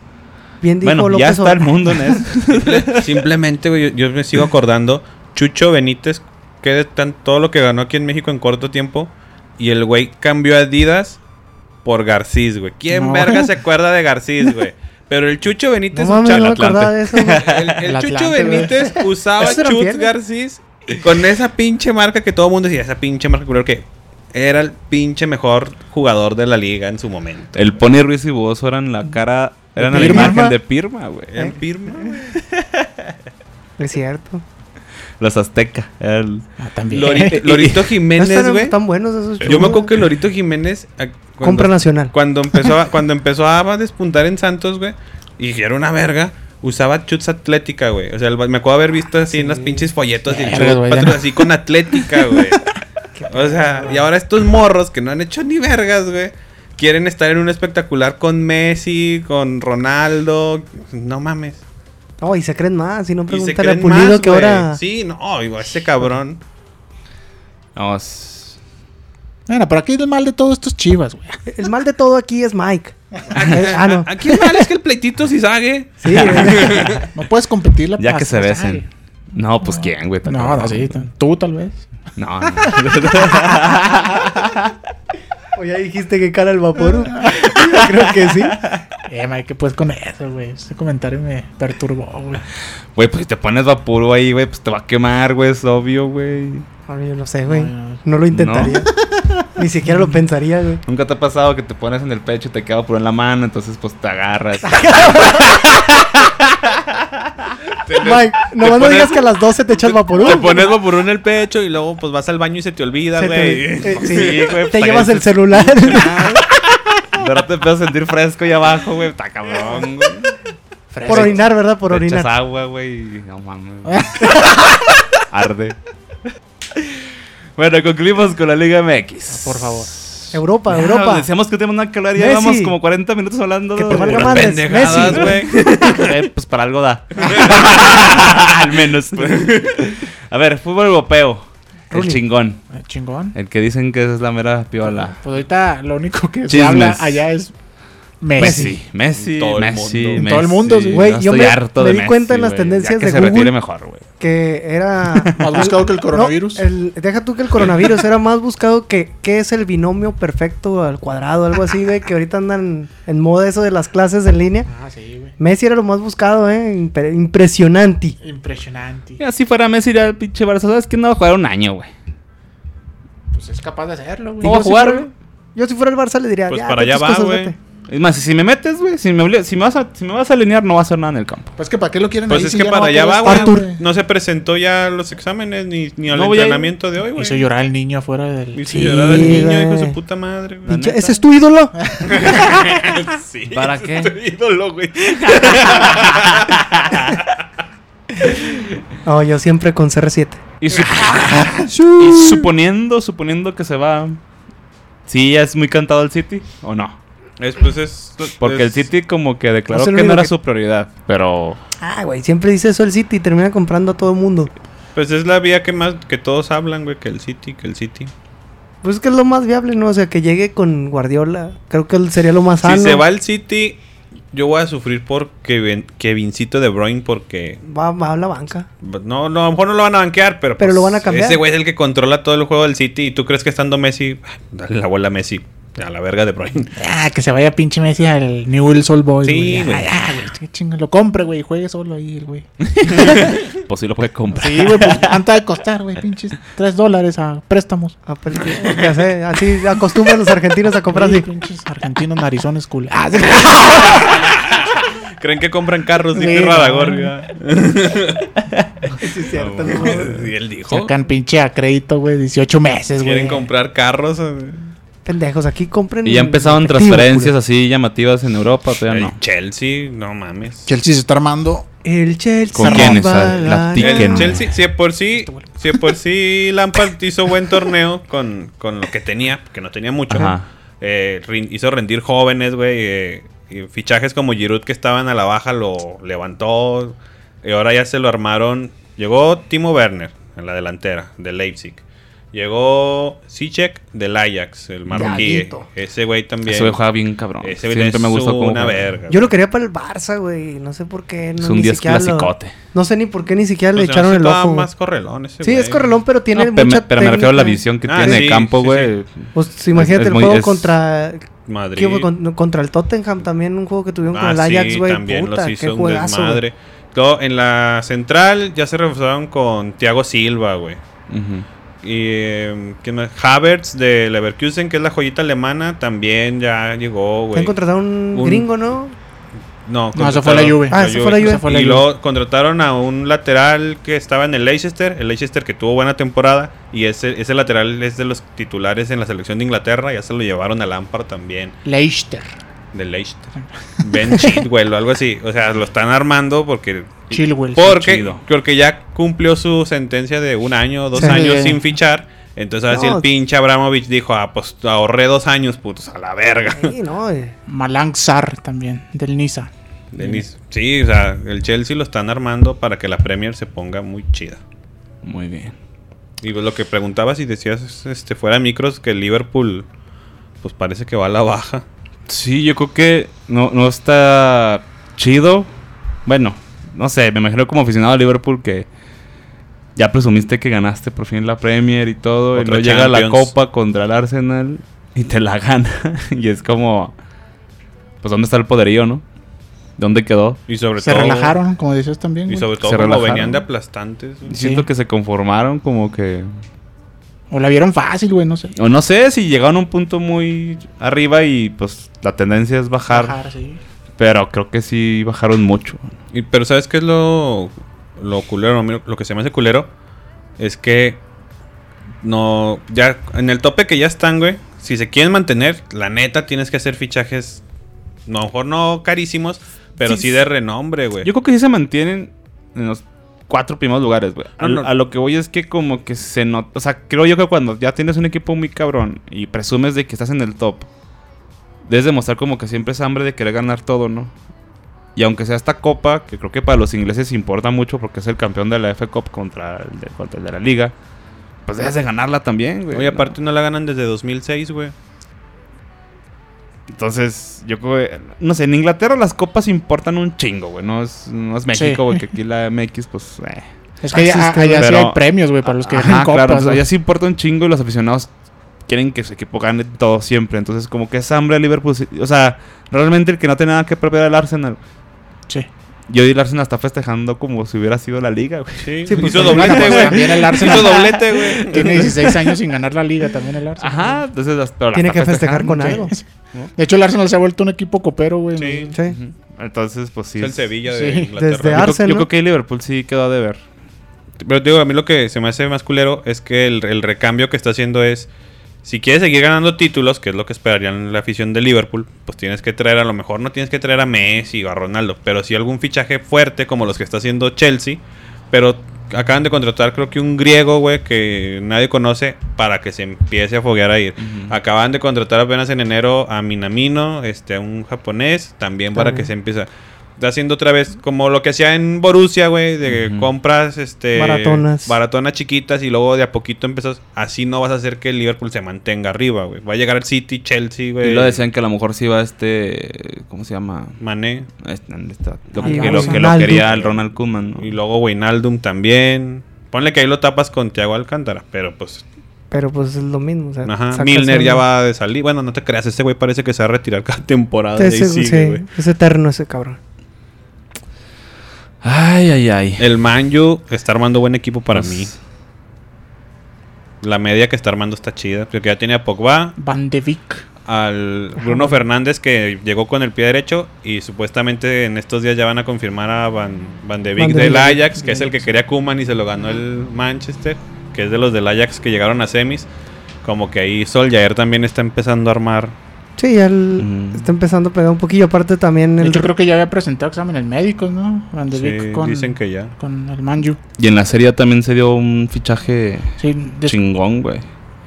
Bien dijo
bueno,
López
ya está el
Obrador.
mundo en eso.
Simple- Simplemente, güey, yo, yo me sigo acordando. Chucho Benítez, que de tan, todo lo que ganó aquí en México en corto tiempo. Y el güey cambió a Adidas por Garcís, güey. ¿Quién
No.
[LAUGHS]
verga se acuerda de Garcís, güey? Pero el Chucho Benítez
No mames,
usa-
no me
El
acordaba de eso. güey.
El, el
El
Chucho
Atlante, güey.
Benítez
[LAUGHS]
usaba
¿Eso ¿eh? eran
Chut
fieles?
Garcís con esa pinche marca que todo el mundo decía, esa pinche marca creo que era el pinche mejor jugador de la liga en su momento.
El Pony Ruiz y Bozo eran la cara, eran la
Pirma.
imagen de Pirma, güey.
¿Eh?
En Pirma. güey.
Es cierto.
Los Azteca. era el-
Ah, también.
Lorito, Lorito
[LAUGHS] No
Jiménez,
están
güey.
tan buenos esos
Yo me
churros.
acuerdo que Lorito Jiménez. a- cuando-
Compra nacional.
Cuando empezó,
[LAUGHS]
a, cuando empezó a despuntar en Santos, güey, y era una verga, usaba chuts atlética, güey. O sea, el- me acuerdo haber visto así en las pinches folletos y el
Verga,
chut,
güey, ya
patro-
no.
así con atlética,
[LAUGHS]
güey. o sea, y ahora estos morros que no han hecho ni vergas, güey. Quieren estar en un espectacular con Messi, con Ronaldo. No mames.
No, y se creen más. Si no,
Y se
pregúntale a
creen
Pulido
más,
que
güey.
[LAUGHS] ahora...
Sí, no, ay, güey, ese cabrón.
no, es-
[LAUGHS] Bueno, pero aquí el mal de todo esto es Chivas, güey.
El mal de todo aquí es Mike. [LAUGHS] ah, no.
[LAUGHS] Aquí el mal es que el pleitito si sague.
Sí, [LAUGHS] güey.
No puedes competir la
ya que
paz,
se
o sea,
besen. No, pues quién, güey. Está
No,
cabrón.
no, sí, t- tú tal vez.
No, [LAUGHS] no.
O ya dijiste que cara el vapor. Yo creo que sí.
Eh, Mike, ¿qué puedes con eso, güey? Ese comentario me perturbó, güey.
Güey, pues si te pones vapuro ahí, güey, pues te va a quemar, güey, es obvio, güey.
Ah, yo no sé, güey.
No, no.
No lo intentaría. [LAUGHS] Ni siquiera lo pensaría, güey.
Nunca te ha pasado que te pones en el pecho y te queda por en la mano, entonces pues te
[LAUGHS]
agarras.
Mike, nomás no
pones-
digas que a las 12 te echas vaporú.
Te pones vaporú en el pecho y luego pues vas al baño y se te olvida,
Se
güey.
te, eh, sí.
Sí, güey, pues,
te
para
llevas
que
el
se-
celular.
De rato te empiezas a sentir fresco ahí abajo, güey. Está cabrón, güey.
[LAUGHS] por orinar, ¿verdad? Por
Te echas
orinar.
agua, güey. y No mames.
[LAUGHS]
güey. Arde. Bueno, concluimos con la Liga MX.
Por favor.
Europa,
Ya,
Europa.
Decíamos que tenemos una hablar ya
Messi.
llevamos como 40 minutos hablando.
Que te
de-
valga
Puras
madre. mames,
pendejadas,
Messi.
güey.
[LAUGHS]
Eh, pues para algo da. [LAUGHS] Al menos. pues. A ver, fútbol europeo. El
Rooney.
chingón.
Eh, Chingón.
El que dicen que esa es la mera piola.
Pues ahorita lo único que se
Chismes.
habla allá es Messi.
Messi, Messi,
Todo el
Messi,
mundo.
Messi.
Todo el mundo, sí.
Güey,
Ya
yo
estoy
me-
harto
me
de
di
Messi,
cuenta en las
güey.
tendencias
Ya
de
que se
Google.
retire mejor, güey.
Que era.
Más buscado que el coronavirus.
No, el- deja tú que el coronavirus
[LAUGHS]
era más buscado que qué es el binomio perfecto al cuadrado, algo así, güey, que ahorita andan en moda eso de las clases en línea.
Ah, sí, güey.
Messi era lo más buscado, ¿eh? Impre- impresionante.
Impresionante.
Ya si fuera Messi iría al pinche Barça, ¿sabes quién no va a jugar un año, güey?
Pues es capaz de hacerlo, güey.
No va a
yo sí
jugar,
creo-
güey.
Yo si fuera el Barça le diría,
Pues
"Ya,
para
ten
allá
tus
va,
cosas,
güey.
vete".
Es más, si me metes, güey, si me, obli- si, me vas a, si me vas a alinear, no va a hacer nada en el campo.
Pues que para qué lo quieren
Pues
ahí
es
si
que
ya
para
no
allá va,
puedes estar,
güey. No se presentó ya a los exámenes ni, ni al
No, güey,
entrenamiento de hoy, güey.
Hizo llorar al niño afuera del.
Hizo llorar al
Sí,
niño,
güey.
hijo de su puta madre, güey.
Pinche- ¿Ese es tu ídolo?
[LAUGHS] Sí,
¿Para qué?
es tu ídolo, güey.
No, yo siempre con CR7.
Y,
[LAUGHS]
su- y suponiendo, suponiendo que se va. ¿Sí ya es muy cantado el City o no?
Es, pues es...
Porque el
es-
City como que declaró
Es el
que no
único
era
que-
su prioridad, pero
Ah, güey, siempre dice eso el City y termina comprando a todo el mundo.
Pues es la vía que más... Que todos hablan, güey. Que el City, que el City.
Pues es que es lo más viable, ¿no? O sea, que llegue con Guardiola. Creo que sería lo más sano.
Si se va el City, yo voy a sufrir por Kevin, Kevincito De Bruyne porque...
Va, va a la banca.
No, no, a lo mejor no lo van a banquear, pero... pues,
Pero lo van a cambiar.
Ese güey es el que controla todo el juego del City. Y tú crees que estando Messi... ah, Dale la bola a Messi. A la verga De Bruyne.
Ah, que se vaya pinche Messi al Newell's Old Boys.
Sí,
güey.
güey.
Ah, ah, güey, qué chingo. Lo compre, güey. Juegue solo ahí, el güey.
Pues sí lo puede comprar.
Sí, güey. Pues, ¿Cuánto ha de costar, güey? Pinches 3 dólares a préstamos.
Ah, pero sí, ya sé, así acostumbran los argentinos a comprar
Sí,
así.
pinches argentinos narizones cool. Ah, [LAUGHS] sí.
¿Creen que compran carros?
Sí,
Dice
no.
Radagor. ya.
Sí, es cierto,
Ah,
no
bueno.
mames.
Y él dijo...
Sacan pinche a crédito, güey. 18 meses,
Oh. ¿Quieren
güey.
comprar carros? eh,
Pendejos, aquí compren.
Y ya empezaron
efectivo,
transferencias así llamativas en Europa,
El
todavía no.
Chelsea, no mames.
Chelsea se está armando.
culo. El Chelsea.
¿Con
va
quiénes? Ah,
a
Las
ganar.
tic-
El
Piquen.
Chelsea, si de por sí, si de por sí Lampard hizo buen torneo con, con lo que tenía, que no tenía mucho,
Ajá.
eh, rin- hizo rendir jóvenes, güey. eh, y fichajes como Giroud que estaban a la baja lo levantó. Y ahora ya se lo armaron. Llegó Timo Werner en la delantera de Leipzig. Llegó Ziyech del Ajax, el marroquí.
Yaguito.
Ese güey también.
Eso me juega bien cabrón.
Ese güey
Siempre me gustó
es
como.
una verga.
Yo lo quería para el Barça, güey. No sé por qué. No,
Es un
ni
10
siquiera lo-
clasicote.
No sé ni por qué ni siquiera
Pues se
le
me
echaron
hace
el
todavía
ojo. güey.
más correlón ese
Sí, es
güey.
correlón, pero tiene
No, pe-
mucha.
pero me refiero a la
técnica.
visión que
Ah,
tiene
sí,
de campo,
sí,
güey.
Pues imagínate
Es- es
el
muy-
juego
es-
contra.
Madrid.
¿qué fue? Con- contra el Tottenham también, un juego que tuvieron con
Ah,
el Ajax,
sí,
güey.
también
Puta,
los
qué
hizo un
juegazo. güey.
desmadre. Luego, en la central ya se reforzaron con Thiago Silva, güey.
Ujú.
Y eh, ¿quién más? Havertz de Leverkusen, que es la joyita alemana, también ya llegó,
Han
güey.
contratado un,
Un-
gringo, ¿no?
No,
No, esa fue la
contrataron-
Juve.
Ah, esa fue la Juve.
Esa fue la
y
Juve.
luego contrataron a un lateral que estaba en el Leicester, el Leicester que tuvo buena temporada, y ese, ese lateral es de los titulares en la selección de Inglaterra, ya se lo llevaron a Lampard también.
Leicester.
De Leicester.
[LAUGHS]
Ben Chilwell o algo así. O sea, lo están armando porque.
Chilwell.
Porque,
Chido.
porque ya cumplió su sentencia de un año, dos
Sí.
años sin fichar. Entonces, así
No.
el pinche Abramovich dijo: Ah, pues ahorré dos años, putos, a la verga.
Sí, no, eh. güey.
[LAUGHS]
Malang Sar también, del Niza.
Denis. Sí, o sea, el Chelsea lo están armando para que la Premier se ponga muy chida.
Muy bien.
Y pues, lo que preguntabas y decías este, fuera de micros que el Liverpool, pues parece que va a la baja.
Sí, yo creo que no, no está chido. Bueno, no sé, me imagino como aficionado a Liverpool que ya presumiste que ganaste por fin la Premier y todo. y
Otra
luego llega la
Champions.
Copa contra el Arsenal y te la [LAUGHS] gana. y es como, pues, ¿dónde está el poderío, no? ¿Dónde quedó?
Y sobre
Se
todo.
relajaron, como decías también.
Y
güey.
sobre todo,
Se
como
relajaron.
venían de aplastantes. güey.
Siento que se conformaron como que...
O la vieron fácil, güey, no sé.
O no sé, si llegaron a un punto muy arriba y pues la tendencia es bajar.
Bajar, sí.
Pero creo que sí bajaron mucho.
Y- pero ¿sabes qué es lo, lo culero? Mira, Lo que se me hace culero es que no, ya en el tope que ya están, güey, si se quieren mantener, la neta tienes que hacer fichajes, no, a lo mejor no carísimos, pero sí,
Sí,
de renombre, güey.
Yo creo que sí se mantienen en los cuatro primeros lugares, güey. A,
Ah, No, no.
a lo que voy es que como que se nota... O sea, creo yo que cuando ya tienes un equipo muy cabrón y presumes de que estás en el top, debes demostrar como que siempre es hambre de querer ganar todo, ¿no? Y aunque sea esta copa, que creo que para los ingleses importa mucho porque es el campeón de la F Cup contra el de, contra el de la liga, pues debes de ganarla también, güey.
Oye,
¿no?
aparte no la ganan desde 2006, güey.
Entonces, yo creo que, no sé, en Inglaterra las copas importan un chingo, güey. No es, no es México,
Sí.
güey, que aquí la MX, pues... eh.
Es que allá,
Existe,
allá Ah, sí
pero-
hay premios, güey, para los que
Ajá,
ganan copas.
claro, entonces,
güey.
allá sí importa un chingo y los aficionados quieren que su equipo gane todo siempre. Entonces, como que es hambre de Liverpool. sí. O sea, realmente el que no tiene nada que perder al Arsenal.
Sí.
Yo hoy el Arsenal está festejando como si hubiera sido la liga, güey.
Sí,
Sí, pues,
hizo
también-
doblete,
también el
güey.
Arsenal.
Hizo doblete, güey.
Tiene 16 años sin ganar la liga también el Arsenal.
Ajá, entonces... las- pero la
Tiene
está
que festejar con
festejando,
algo.
sí.
¿no?
De hecho, el Arsenal se ha vuelto un equipo copero, güey.
Sí.
Sí.
festejando. Entonces, pues sí.
Es el
es-
Sevilla
Sí,
de
desde
Inglaterra.
Yo, creo-
Arsenal,
yo
¿no?
creo que Liverpool sí quedó de ver.
Pero te digo, a mí lo que se me hace más culero es que el, el recambio que está haciendo es, si quieres seguir ganando títulos, que es lo que esperarían la afición de Liverpool, pues tienes que traer, a lo mejor no tienes que traer a Messi o a Ronaldo, pero sí algún fichaje fuerte como los que está haciendo Chelsea, pero acaban de contratar creo que un griego, güey, que nadie conoce para que se empiece a foguear a ir.
Ujú.
Acaban de contratar apenas en enero a Minamino, este, a un japonés, también para
También.
que se empiece. a- Está haciendo otra vez como lo que hacía en Borussia, güey, de
Ujú.
compras, este...
Maratonas.
Maratonas chiquitas y luego de a poquito empezas... Así no vas a hacer que el Liverpool se mantenga arriba, güey. Va a llegar el City, Chelsea, güey.
Y lo decían que a lo mejor sí iba este. ¿Cómo se llama?
Mané.
Este, ¿dónde está? Lo
Ah,
que,
vamos
lo,
a
que lo
Ronaldo.
quería el Ronald Koeman, ¿no?
Y luego Wijnaldum también. Ponle que ahí lo tapas con Thiago Alcántara, pero pues...
Pero pues es lo mismo. o sea,
Ajá.
sacas
Milner ya
uno.
va de salir. Bueno, no te creas, ese güey parece que se va a retirar cada temporada. y ahí
Ese-
sigue,
sí,
güey.
es eterno ese cabrón.
Ay, ay, ay.
El Manju está armando buen equipo para
Pues,
mí. La media que está armando está chida. Porque ya tiene a Pogba,
Van de Vic.
al Bruno Fernández que llegó con el pie derecho y supuestamente en estos días ya van a confirmar a Van, Van de Beek
Van de
del
Beek.
Ajax, que es el que quería Kuman y se lo ganó el Manchester, que es de los del Ajax que llegaron a semis. Como que ahí Soljaer también está empezando a armar.
Sí, ya el-
Mm.
está empezando a pegar un poquillo. Aparte también el...
Yo creo que ya había presentado exámenes médicos, ¿no? Van de
Sí,
Vic con,
Dicen que ya.
con el Manju.
Y en la serie también se dio un fichaje
Sí, des-
chingón, güey.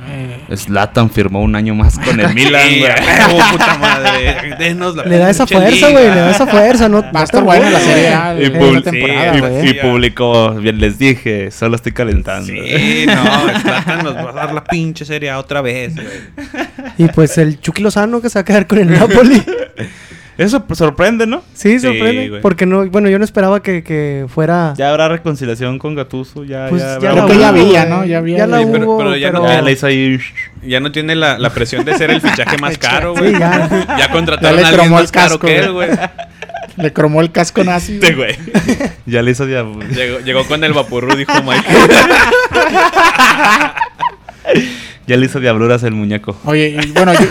eh,
Slatan firmó un año más con
[LAUGHS]
el Milan,
Sí, [LAUGHS]
güey.
a huevo, Oh, puta madre. Denos la
Le da esa
pinche
fuerza,
liga.
güey. Le
[LAUGHS]
da esa fuerza. No,
va a estar buena la serie A
Y
de
pul-
la temporada,
sí,
güey.
Y, y publicó, bien les dije, solo estoy calentando.
Sí, no, Zlatan nos va a dar la pinche serie A otra vez, güey.
Y pues el Chucky Lozano que se va a quedar
[LAUGHS]
con el Napoli.
Eso pues, sorprende, ¿no?
Sí,
Sí,
sorprende.
güey.
porque no, bueno, yo no esperaba que, que fuera.
Ya habrá reconciliación con Gatuso, ya,
pues,
ya, habrá-
ya
Creo que ya
hubo,
había,
güey.
¿no? Ya había.
la
Sí,
hubo,
pero-
pero,
pero ya no-
ya le hizo ahí.
Ya no tiene la, la presión de ser el fichaje
[LAUGHS]
más caro, güey.
Sí, ya.
Ya contrataron
Ya [LAUGHS] le
a alguien
cromó el
más caro
casco,
que él, güey.
Le cromó el
[LAUGHS]
casco nazi.
Este güey. Ya le hizo ya.
Llegó, llegó con el vaporru,
[LAUGHS]
dijo Mike.
Ya le hizo diabluras el muñeco.
Oye, y bueno, yo,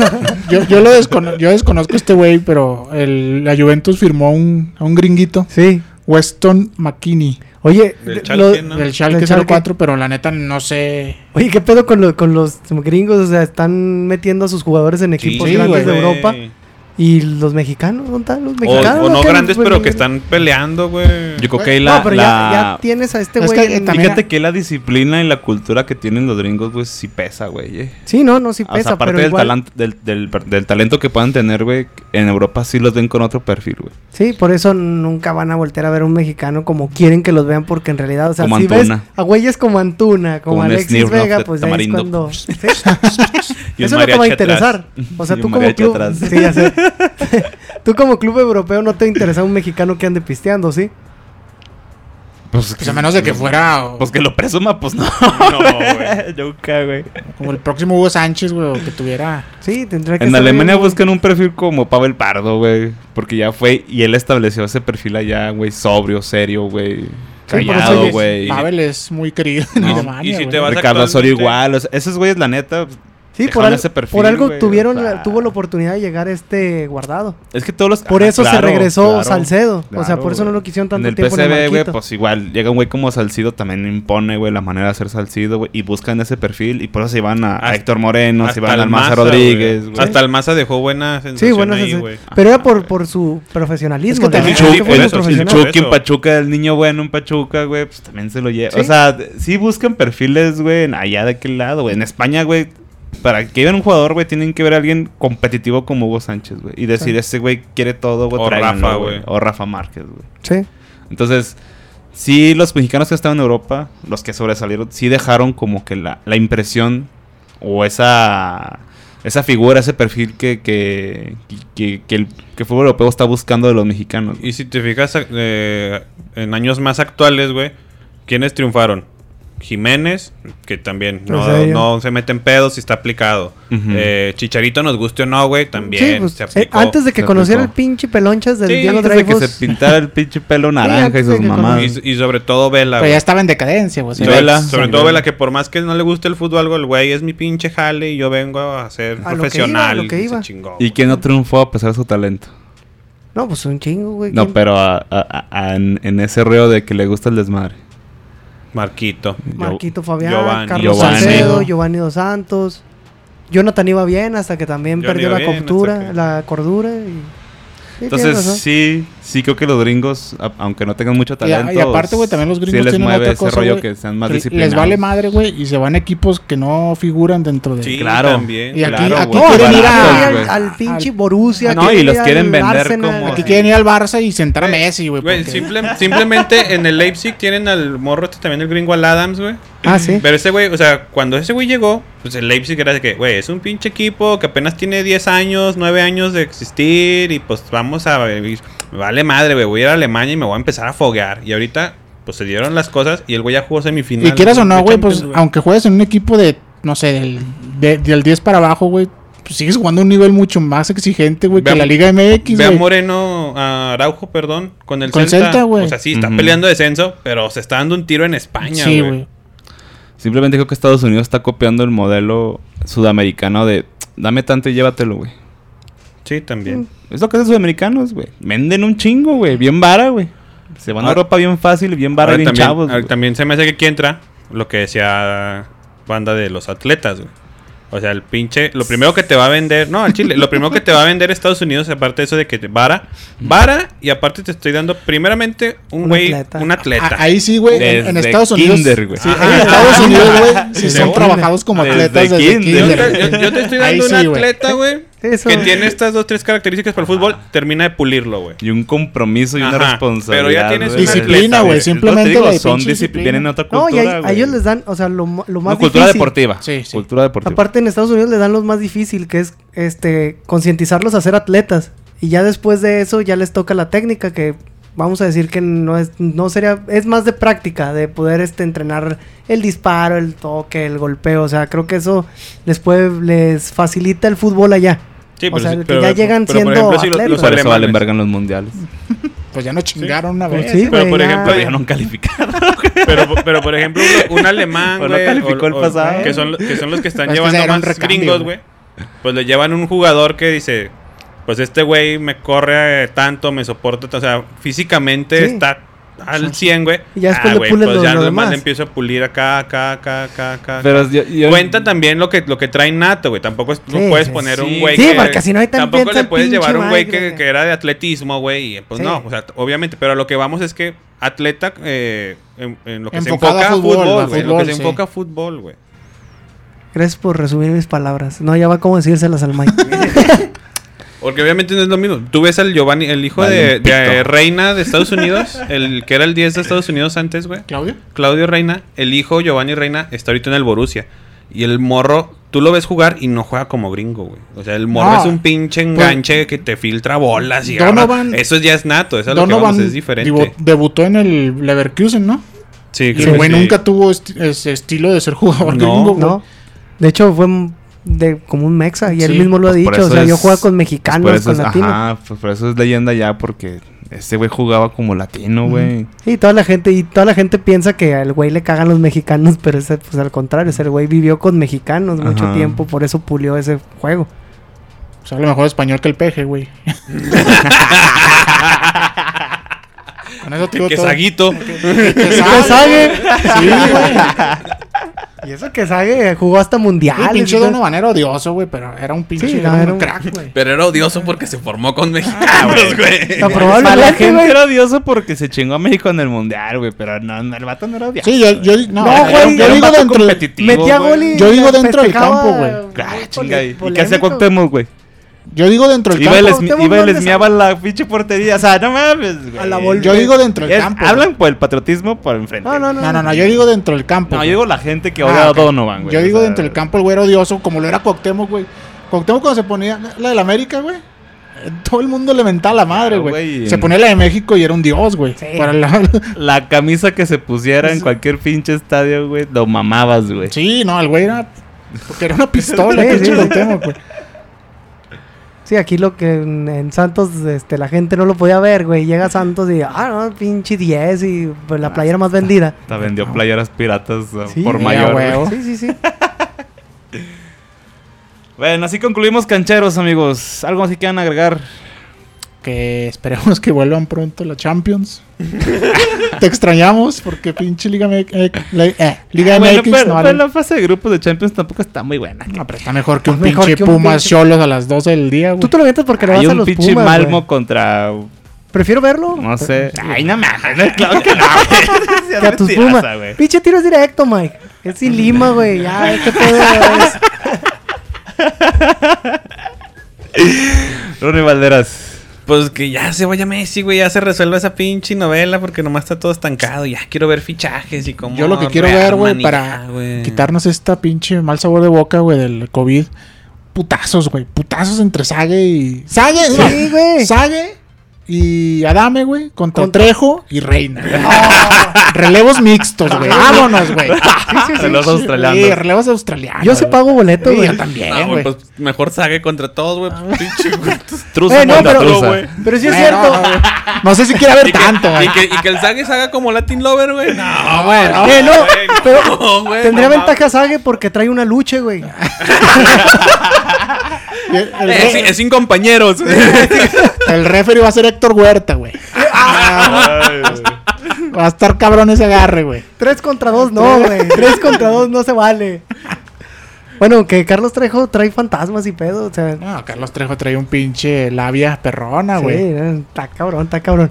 yo, yo lo descono- yo desconozco a este güey, pero el, la Juventus firmó un, a un gringuito,
Sí.
Weston McKinney,
Oye,
Del
de-
Schalke,
lo-
¿no?
del Schalke
Del Schalke.
04, pero la neta no sé.
oye, ¿qué pedo con, lo- con los gringos? O sea, están metiendo a sus jugadores en equipos
Sí, güey.
grandes de Europa. Y los mexicanos, ¿dónde están los
O,
mexicanos?
o no
¿Qué?
grandes,
Pues,
pero
güey.
que están peleando, güey.
Yo creo que ahí la.
no, pero
la-
ya, ya tienes a este
Es
güey.
que, eh,
en-
también-
Fíjate que la disciplina y la cultura que tienen los gringos, güey, sí pesa, güey. eh.
Sí, no, no, sí
O sea,
pesa,
aparte
pero
del,
igual.
talan- del, del- del talento que puedan tener, güey, en Europa sí los ven con otro perfil, güey.
Sí, por eso nunca van a voltear a ver un mexicano como quieren que los vean, porque en realidad, o sea,
Como
si
Antuna.
ves a güeyes como Antuna, como
Como un
Alexis
Smirnoff
Vega,
de
pues ahí es
tamarindo. [LAUGHS]
cuando. Sí.
Y un
Eso es lo que va a
mariachi
interesar.
atrás.
O sea,
Y
tú
un
como
mariachi
club.
atrás.
Sí, ya sé. [LAUGHS] tú como club europeo no te interesa un mexicano que ande pisteando, ¿sí?
Pues,
Pues a menos de que fuera o-
Pues que lo presuma, pues no.
No, güey. [LAUGHS]
Nunca, güey.
como el próximo Hugo Sánchez, güey, o que tuviera.
Sí, tendría que
En
ser
Alemania
bien-
buscan un perfil como Pavel Pardo, güey. Porque ya fue y él estableció ese perfil allá, güey. Sobrio, serio, güey.
Sí, por eso,
Callado,
oye,
güey.
pues, Pavel es muy querido en
No,
Alemania.
y si
güey.
te vas a-
Ricardo Osorio
actualmente-
igual. O sea, esos güeyes, la neta.
Sí, por,
dejaron
al-
ese perfil,
por algo
güey,
tuvieron
o
la-
sea.
tuvo la oportunidad de llegar este guardado.
Es que todos los.
Por
Ajá,
eso se
claro,
regresó
claro,
Salcedo. o sea,
claro,
por eso no
güey.
lo quisieron tanto
en el
tiempo en el
PCB, güey,
banquito.
pues igual. Llega un güey como Salcido, también impone, güey, la manera de hacer Salcido, güey. Y buscan ese perfil. Y por eso se van a, a
Hasta-
Héctor Moreno, se
Hasta
van a
el
Almanza
Maza,
Rodríguez,
güey.
güey.
Hasta el Maza dejó buena
Sí,
sensación
bueno,
ahí,
ese-
güey.
pero era por, por su profesionalismo.
Es que
la
también
verdad,
Chucky,
que fue
por
muy
eso,
sí,
el
profesional.
Chucky en
Eso.
Pachuca, el niño bueno en Pachuca, güey, pues también se lo lleva.
Sí.
O sea, d- sí buscan perfiles, güey, en- allá de aquel lado, güey. En España, güey, para que vean un jugador, güey, tienen que ver a alguien competitivo como Hugo Sánchez, güey. Y decir,
Sí.
ese güey quiere todo, güey,
O
tráiganlo,
Rafa, güey.
O Rafa Márquez, güey.
Sí.
Entonces, sí, los mexicanos que estaban en Europa, los que sobresalieron, sí dejaron como que la, la impresión o esa, esa figura, ese perfil que, que, que, que el, que el fútbol europeo está buscando de los mexicanos.
Y si te fijas eh, en años más actuales, güey, ¿quiénes triunfaron? Jiménez, que también no,
O sea, ya.
no se mete en pedos y está aplicado.
Ujú.
Eh, Chicharito, nos guste o no, güey, también
Sí, pues,
se
eh,
aplicó.
antes de que
se
conociera el
aplicó.
pinche pelonchas del
Sí,
Diego
antes de que
Dreyfus.
se pintara el pinche pelo naranja y
antes de
sus
que
mamás.
conozca-
y, y sobre todo Vela,
Pero ya
güey.
estaba en decadencia, güey. o sea,
Sí, Vela.
Sobre
Sí,
todo
Vela.
Vela, que por más que no le guste el fútbol, algo, el güey es mi pinche jale y yo vengo a ser
A lo que iba, a
profesional.
lo que
y se
iba.
chingó,
Y
güey.
que no triunfó a pesar de su talento.
No, pues un chingo, güey.
No,
¿quién?
pero a- a- a- en, en ese reo de que le gusta el desmadre.
Marquito.
Marquito Fabián,
Giovanni.
Carlos
Giovanni.
Salcedo, Giovanni Dos Santos. Jonathan iba bien hasta que también
Johnny
perdió
iba
la
bien hasta
cordura,
que-
la cordura. y-
Entonces,
tienes razón.
sí, sí creo que los gringos, a- aunque no tengan mucho
Y, a-
talento.
y aparte, güey, también los
sí
gringos
les
tienen
mueve
otra
ese
cosa,
rollo
güey,
que sean más
que
disciplinados.
Les vale madre, güey, y se van a equipos que no figuran dentro de...
Sí,
claro.
también.
Y aquí-
claro,
aquí
güey,
quieren ir
baratos,
a-
güey.
al, al pinche Borussia.
Ah, No, y los
ir
quieren
al
vender como-
pues. Aquí
Sí.
quieren ir al Barça y sentar a
Güey,
Messi, güey.
Güey,
porque-
simple- simplemente en el Leipzig tienen al morro este también el gringo al Adams, güey.
Ah, sí.
Pero ese güey, o sea, cuando ese güey llegó, pues el Leipzig era de que, güey, es un pinche equipo que apenas tiene 10 años, 9 años de existir y pues vamos a... ir- Me vale madre, güey, voy a ir a Alemania y me voy a empezar a foguear. Y ahorita, pues se dieron las cosas y el güey ya jugó semifinal.
Y quieras o no,
de
güey, pues
Champions,
aunque juegues en un equipo de, no sé, del, de- del 10 para abajo, güey, pues sigues jugando a un nivel mucho más exigente, güey,
Ve
que
a-
la Liga MX,
Ve a
güey.
Moreno, a Araujo, perdón, con el
Con
Celta.
Celta, güey.
o sea, sí, está
Ujú.
peleando descenso, pero se está dando un tiro en España,
Sí,
güey.
güey.
Simplemente creo que Estados Unidos está copiando el modelo sudamericano de dame tanto y llévatelo, güey.
Sí, también.
Es lo que hacen sudamericanos, güey. Venden un chingo, güey. Bien vara, güey. Se van a
Ahora-
Europa bien fácil, bien vara,
Ah. Ahora
bien
también,
chavos.
ahora
güey.
también se me hace que aquí entra lo que decía banda de los atletas, güey. O sea, el pinche, lo primero que te va a vender, no, al Chile, lo primero que te va a vender Estados Unidos, aparte de eso de que te vara, vara, y aparte te estoy dando primeramente un
Un
güey,
atleta.
un atleta.
A- Ah, Ahí sí, güey, en- en,
Desde
Estados Unidos.
kinder, güey.
sí,
Ajá.
en Estados Unidos, güey, sí
Desde kinder.
son trabajados como
Desde
atletas desde,
kinder.
yo,
kinder.
te, yo- yo te estoy
Ahí
dando
sí,
un
güey.
atleta, güey,
Eso.
que tiene estas dos, tres características para el fútbol, termina de pulirlo, güey.
Y un compromiso y una
Ajá,
responsabilidad.
pero ya tienes
güey.
una
Disciplina, güey,
Es lo que te
simplemente
digo,
la de
son
pinche
disciplina.
disciplina.
Vienen otra
No, y
cultura,
a, a
güey.
ellos les dan, o sea, lo, ma- lo más
Una cultura
difícil.
deportiva.
Sí, sí.
Cultura deportiva.
Aparte en Estados Unidos les dan lo más difícil, que es este concientizarlos a ser atletas. Y ya después de eso ya les toca la técnica, que vamos a decir que no es, no sería, es más de práctica, de poder este entrenar el disparo, el toque, el golpeo. O sea, creo que eso les puede, les facilita el fútbol allá.
Sí, pues,
O sea, que ya
pero,
llegan
por
siendo
ejemplo, sí, lo-
atletas.
los
Por eso valen
alemanes.
verga en los mundiales.
Pues ya no chingaron una vez.
sí,
pero
güey,
por
ya.
Ah.
ejemplo,
Pero ya no han calificado.
Pero, pero, por ejemplo, un, un alemán,
O no
güey,
calificó el pasado.
Que son, que son los que están
Es que
llevando
se dieron
más
recambio,
gringos,
güey.
güey. Pues le llevan un jugador que dice, pues este güey me corre tanto, me soporta, tanto", o sea, físicamente
Sí.
está al 100, güey. Ah,
Y ya después le
güey, pues
pulen lo-
ya
lo
nomás
demás.
le empiezo a pulir acá, acá, acá, acá, acá.
Pero yo, yo-
Cuenta también lo que, lo que trae nato, güey. Tampoco es- no
Sí,
puedes
sí,
poner
sí.
un güey
Sí,
que...
porque si no, ahí también
Tampoco
está
le
el
puedes
pinche
llevar un güey que,
Mike,
que era de atletismo, güey. y, Pues
Sí.
no, o sea, obviamente. Pero lo que vamos es que atleta, eh, en, en lo que
Enfocado
se enfoca
a fútbol,
fútbol,
a
güey. en lo que
fútbol,
se
sí.
enfoca fútbol, güey.
Gracias por resumir mis palabras. No, ya va como decírselas al
[LAUGHS]
Mike.
Porque obviamente no es lo mismo. Tú ves al Giovanni, el hijo
Vale
de,
un pito.
de Reina de Estados Unidos, el que era el 10 de Estados Unidos antes, güey.
¿Claudio?
Claudio Reina, el hijo Giovanni Reina, está ahorita en el Borussia. Y el morro, tú lo ves jugar y no juega como gringo, güey. O sea, el morro
No. Pues,
es un pinche enganche que te filtra bolas y
Donovan-
agarra- Eso ya es nato, eso es lo que vamos,
Donovan
es diferente.
digo, debutó en el Leverkusen, ¿no?
sí,
Y
creo
el
que
güey
sí. [LAUGHS]
nunca tuvo esti- ese estilo de ser jugador
No,
gringo, güey.
¿no? De hecho, fue un- de, como un mexa y él
Sí,
mismo lo ha
pues
dicho.
por
O
eso
sea, yo
es-
juego con
pues
mexicanos,
por eso
con
es,
latinos.
Ajá, pues por eso es leyenda ya, porque este güey jugaba como
Mm.
latino, güey.
Y toda la gente, y toda la gente piensa que al güey le cagan los mexicanos, pero ese, pues al contrario, ese güey vivió con mexicanos mucho
Ajá.
tiempo, por eso pulió ese juego.
O sea, a lo mejor español que el peje, güey. Con eso te digo
Que
todo.
saguito. [LAUGHS]
[LAUGHS] Que
¡Que sague!
Sí, güey.
Y eso que sabe, jugó hasta
Un
mundial.
pinche Donovan era odioso, güey, pero era un pinche
Sí, no,
era
era
un
un-
crack, güey.
Pero era odioso porque se formó
Ah,
con mexicanos, güey.
Para la
probablemente,
gente
güey.
era odioso porque se chingó a México en el mundial, güey. Pero no, no, el vato no era odioso.
Sí, yo, yo, no,
No,
era-
güey,
yo
era un
digo
vato
dentro de,
competitivo.
Metía
güey.
gol y.
Yo digo
la
dentro del
festejaba,
campo, güey.
Ah,
muy
chinga, ¿Y
pole-
y qué hacía
polémico.
Cuauhtémoc, güey?
yo digo dentro del
Iba y
campo.
les,
Cuauhtémoc
iba y
no
les
le
miaba la pinche portería. O sea, no mames, güey.
A la bol-
Yo digo dentro del
Es-
campo.
Hablan por el patriotismo por enfrente.
No, no,
güey.
no.
No, no, no, yo digo dentro del campo.
No, yo
güey.
digo la gente que
Ah,
odia a
ok.
Donovan, güey.
Yo
O
digo
sea,
dentro del campo el güey era odioso, como lo era Cuauhtémoc, güey. Cuauhtémoc cuando se ponía la del América, güey. eh, Todo el mundo le mentaba la madre,
Ah,
güey.
güey.
Se ponía la de México y era un dios, güey.
Sí.
Para la-
La camisa que se pusiera en
Sí.
cualquier pinche estadio, güey, lo mamabas, güey.
[LAUGHS] Sí, no, el güey era. Porque era
[LAUGHS]
una pistola,
Sí,
pinche
sí, sí.
Cuauhtémoc, güey.
Sí, aquí lo que en, en Santos este, la gente no lo podía ver, güey. Llega Santos y, ah, no, pinche 10 y pues, la playera más vendida.
La vendió playeras piratas uh,
Sí,
Ah,
eh,
por
ya,
mayor.
güey.
güey.
Sí, sí, sí.
Bueno, así concluimos cancheros, amigos. Algo así que van a agregar.
que esperemos que vuelvan pronto la
[LAUGHS]
Champions. Te extrañamos porque pinche Liga, MX eh, la- eh, Liga
Ah, Bueno,
MX
pero,
no vale.
pero la fase de grupos de Champions tampoco está muy buena.
No, pero está mejor que un
Mejor
pinche
que un
Pumas
pinche-
Cholos a las 12 del día, güey.
Tú te lo avientas porque le vas
Hay
a
un
los
pinche
Pumas, güey.
Malmo contra.
Prefiero verlo
No sé. pues, Ay, no mames. Claro que no. [LAUGHS] güey.
que a tus
Mentirosa,
Pumas.
güey.
Pinche tiro es directo, Mike. Es sin Lima, güey. Ya, este pedo es...
Ronnie Valderas.
Pues que ya se vaya Messi, güey. Ya se resuelva esa pinche novela porque nomás está todo estancado. Ya quiero ver fichajes y cómo.
Yo lo que quiero ver, güey, para quitarnos esta pinche mal sabor de boca, güey, del COVID. Putazos, güey. Putazos entre Sague y. ¡Sague!
Sí, güey.
Sague y Adame, güey. Contra
Contra-
Trejo y Reina. [LAUGHS] Relevos mixtos, güey. Vámonos, güey.
Relevos australianos.
Sí, relevos australianos.
Yo se
güey.
pago boleto,
Sí,
güey.
yo también, güey.
güey. Pues mejor sague contra todos, güey. pues, pinche, güey.
Truza
Eh, no,
contra
pero,
Truza.
pero sí es
Bueno,
cierto.
güey. No sé si quiere haber tanto, güey.
Y que, Ah, y que el sague se haga como Latin Lover, güey. No,
güey, no.
Eh, no, pero
[LAUGHS] no, güey,
tendría
mamá.
ventaja Sage porque trae una lucha, güey.
El, el-
Eh, Es, sin- es sin compañeros.
el referee va a ser Héctor Huerta, güey.
Ah.
Ah, Va a estar cabrón ese agarre, güey.
Tres contra dos no, güey. Tres contra dos no se vale. Bueno, que Carlos Trejo trae fantasmas y pedo, o sea...
No, Carlos Trejo trae un pinche labia perrona,
Sí,
Ah, güey.
eh, está cabrón, está cabrón.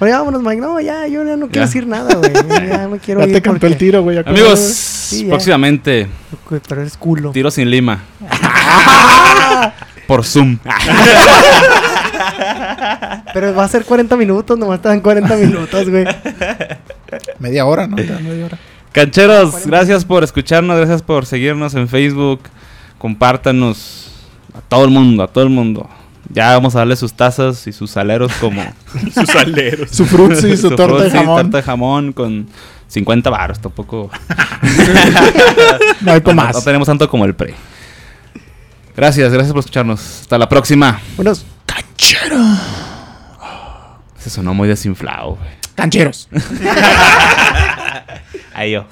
Pero ya vámonos, Mike. No, ya, yo ya no quiero
Ya.
decir nada, güey. Ya no quiero
ya te
ir
cantó
porque...
el tiro, güey. ya cuando-
Amigos,
ya.
próximamente,
Güey, Pero eres culo.
tiro sin Lima. Por Zoom.
Pero va a ser 40 minutos, nomás te
[LAUGHS]
dan 40 minutos, güey.
Media hora, ¿no? [LAUGHS] Te dan media hora.
Cancheros, gracias por escucharnos, gracias por seguirnos en Facebook. Compártanos a todo el mundo, a todo el mundo. Ya vamos a darle sus tazas y sus aleros [LAUGHS] como
Sus aleros.
Su frutzi y su, torta de
frutzi,
jamón.
torta de jamón con 50 baros, tampoco.
No hay
No,
con
no
más.
tenemos tanto como el pre. Gracias, gracias por escucharnos. Hasta la próxima.
Buenos.
Canchero.
Se sonó muy desinflado, güey.
Cancheros.
Ahí yo.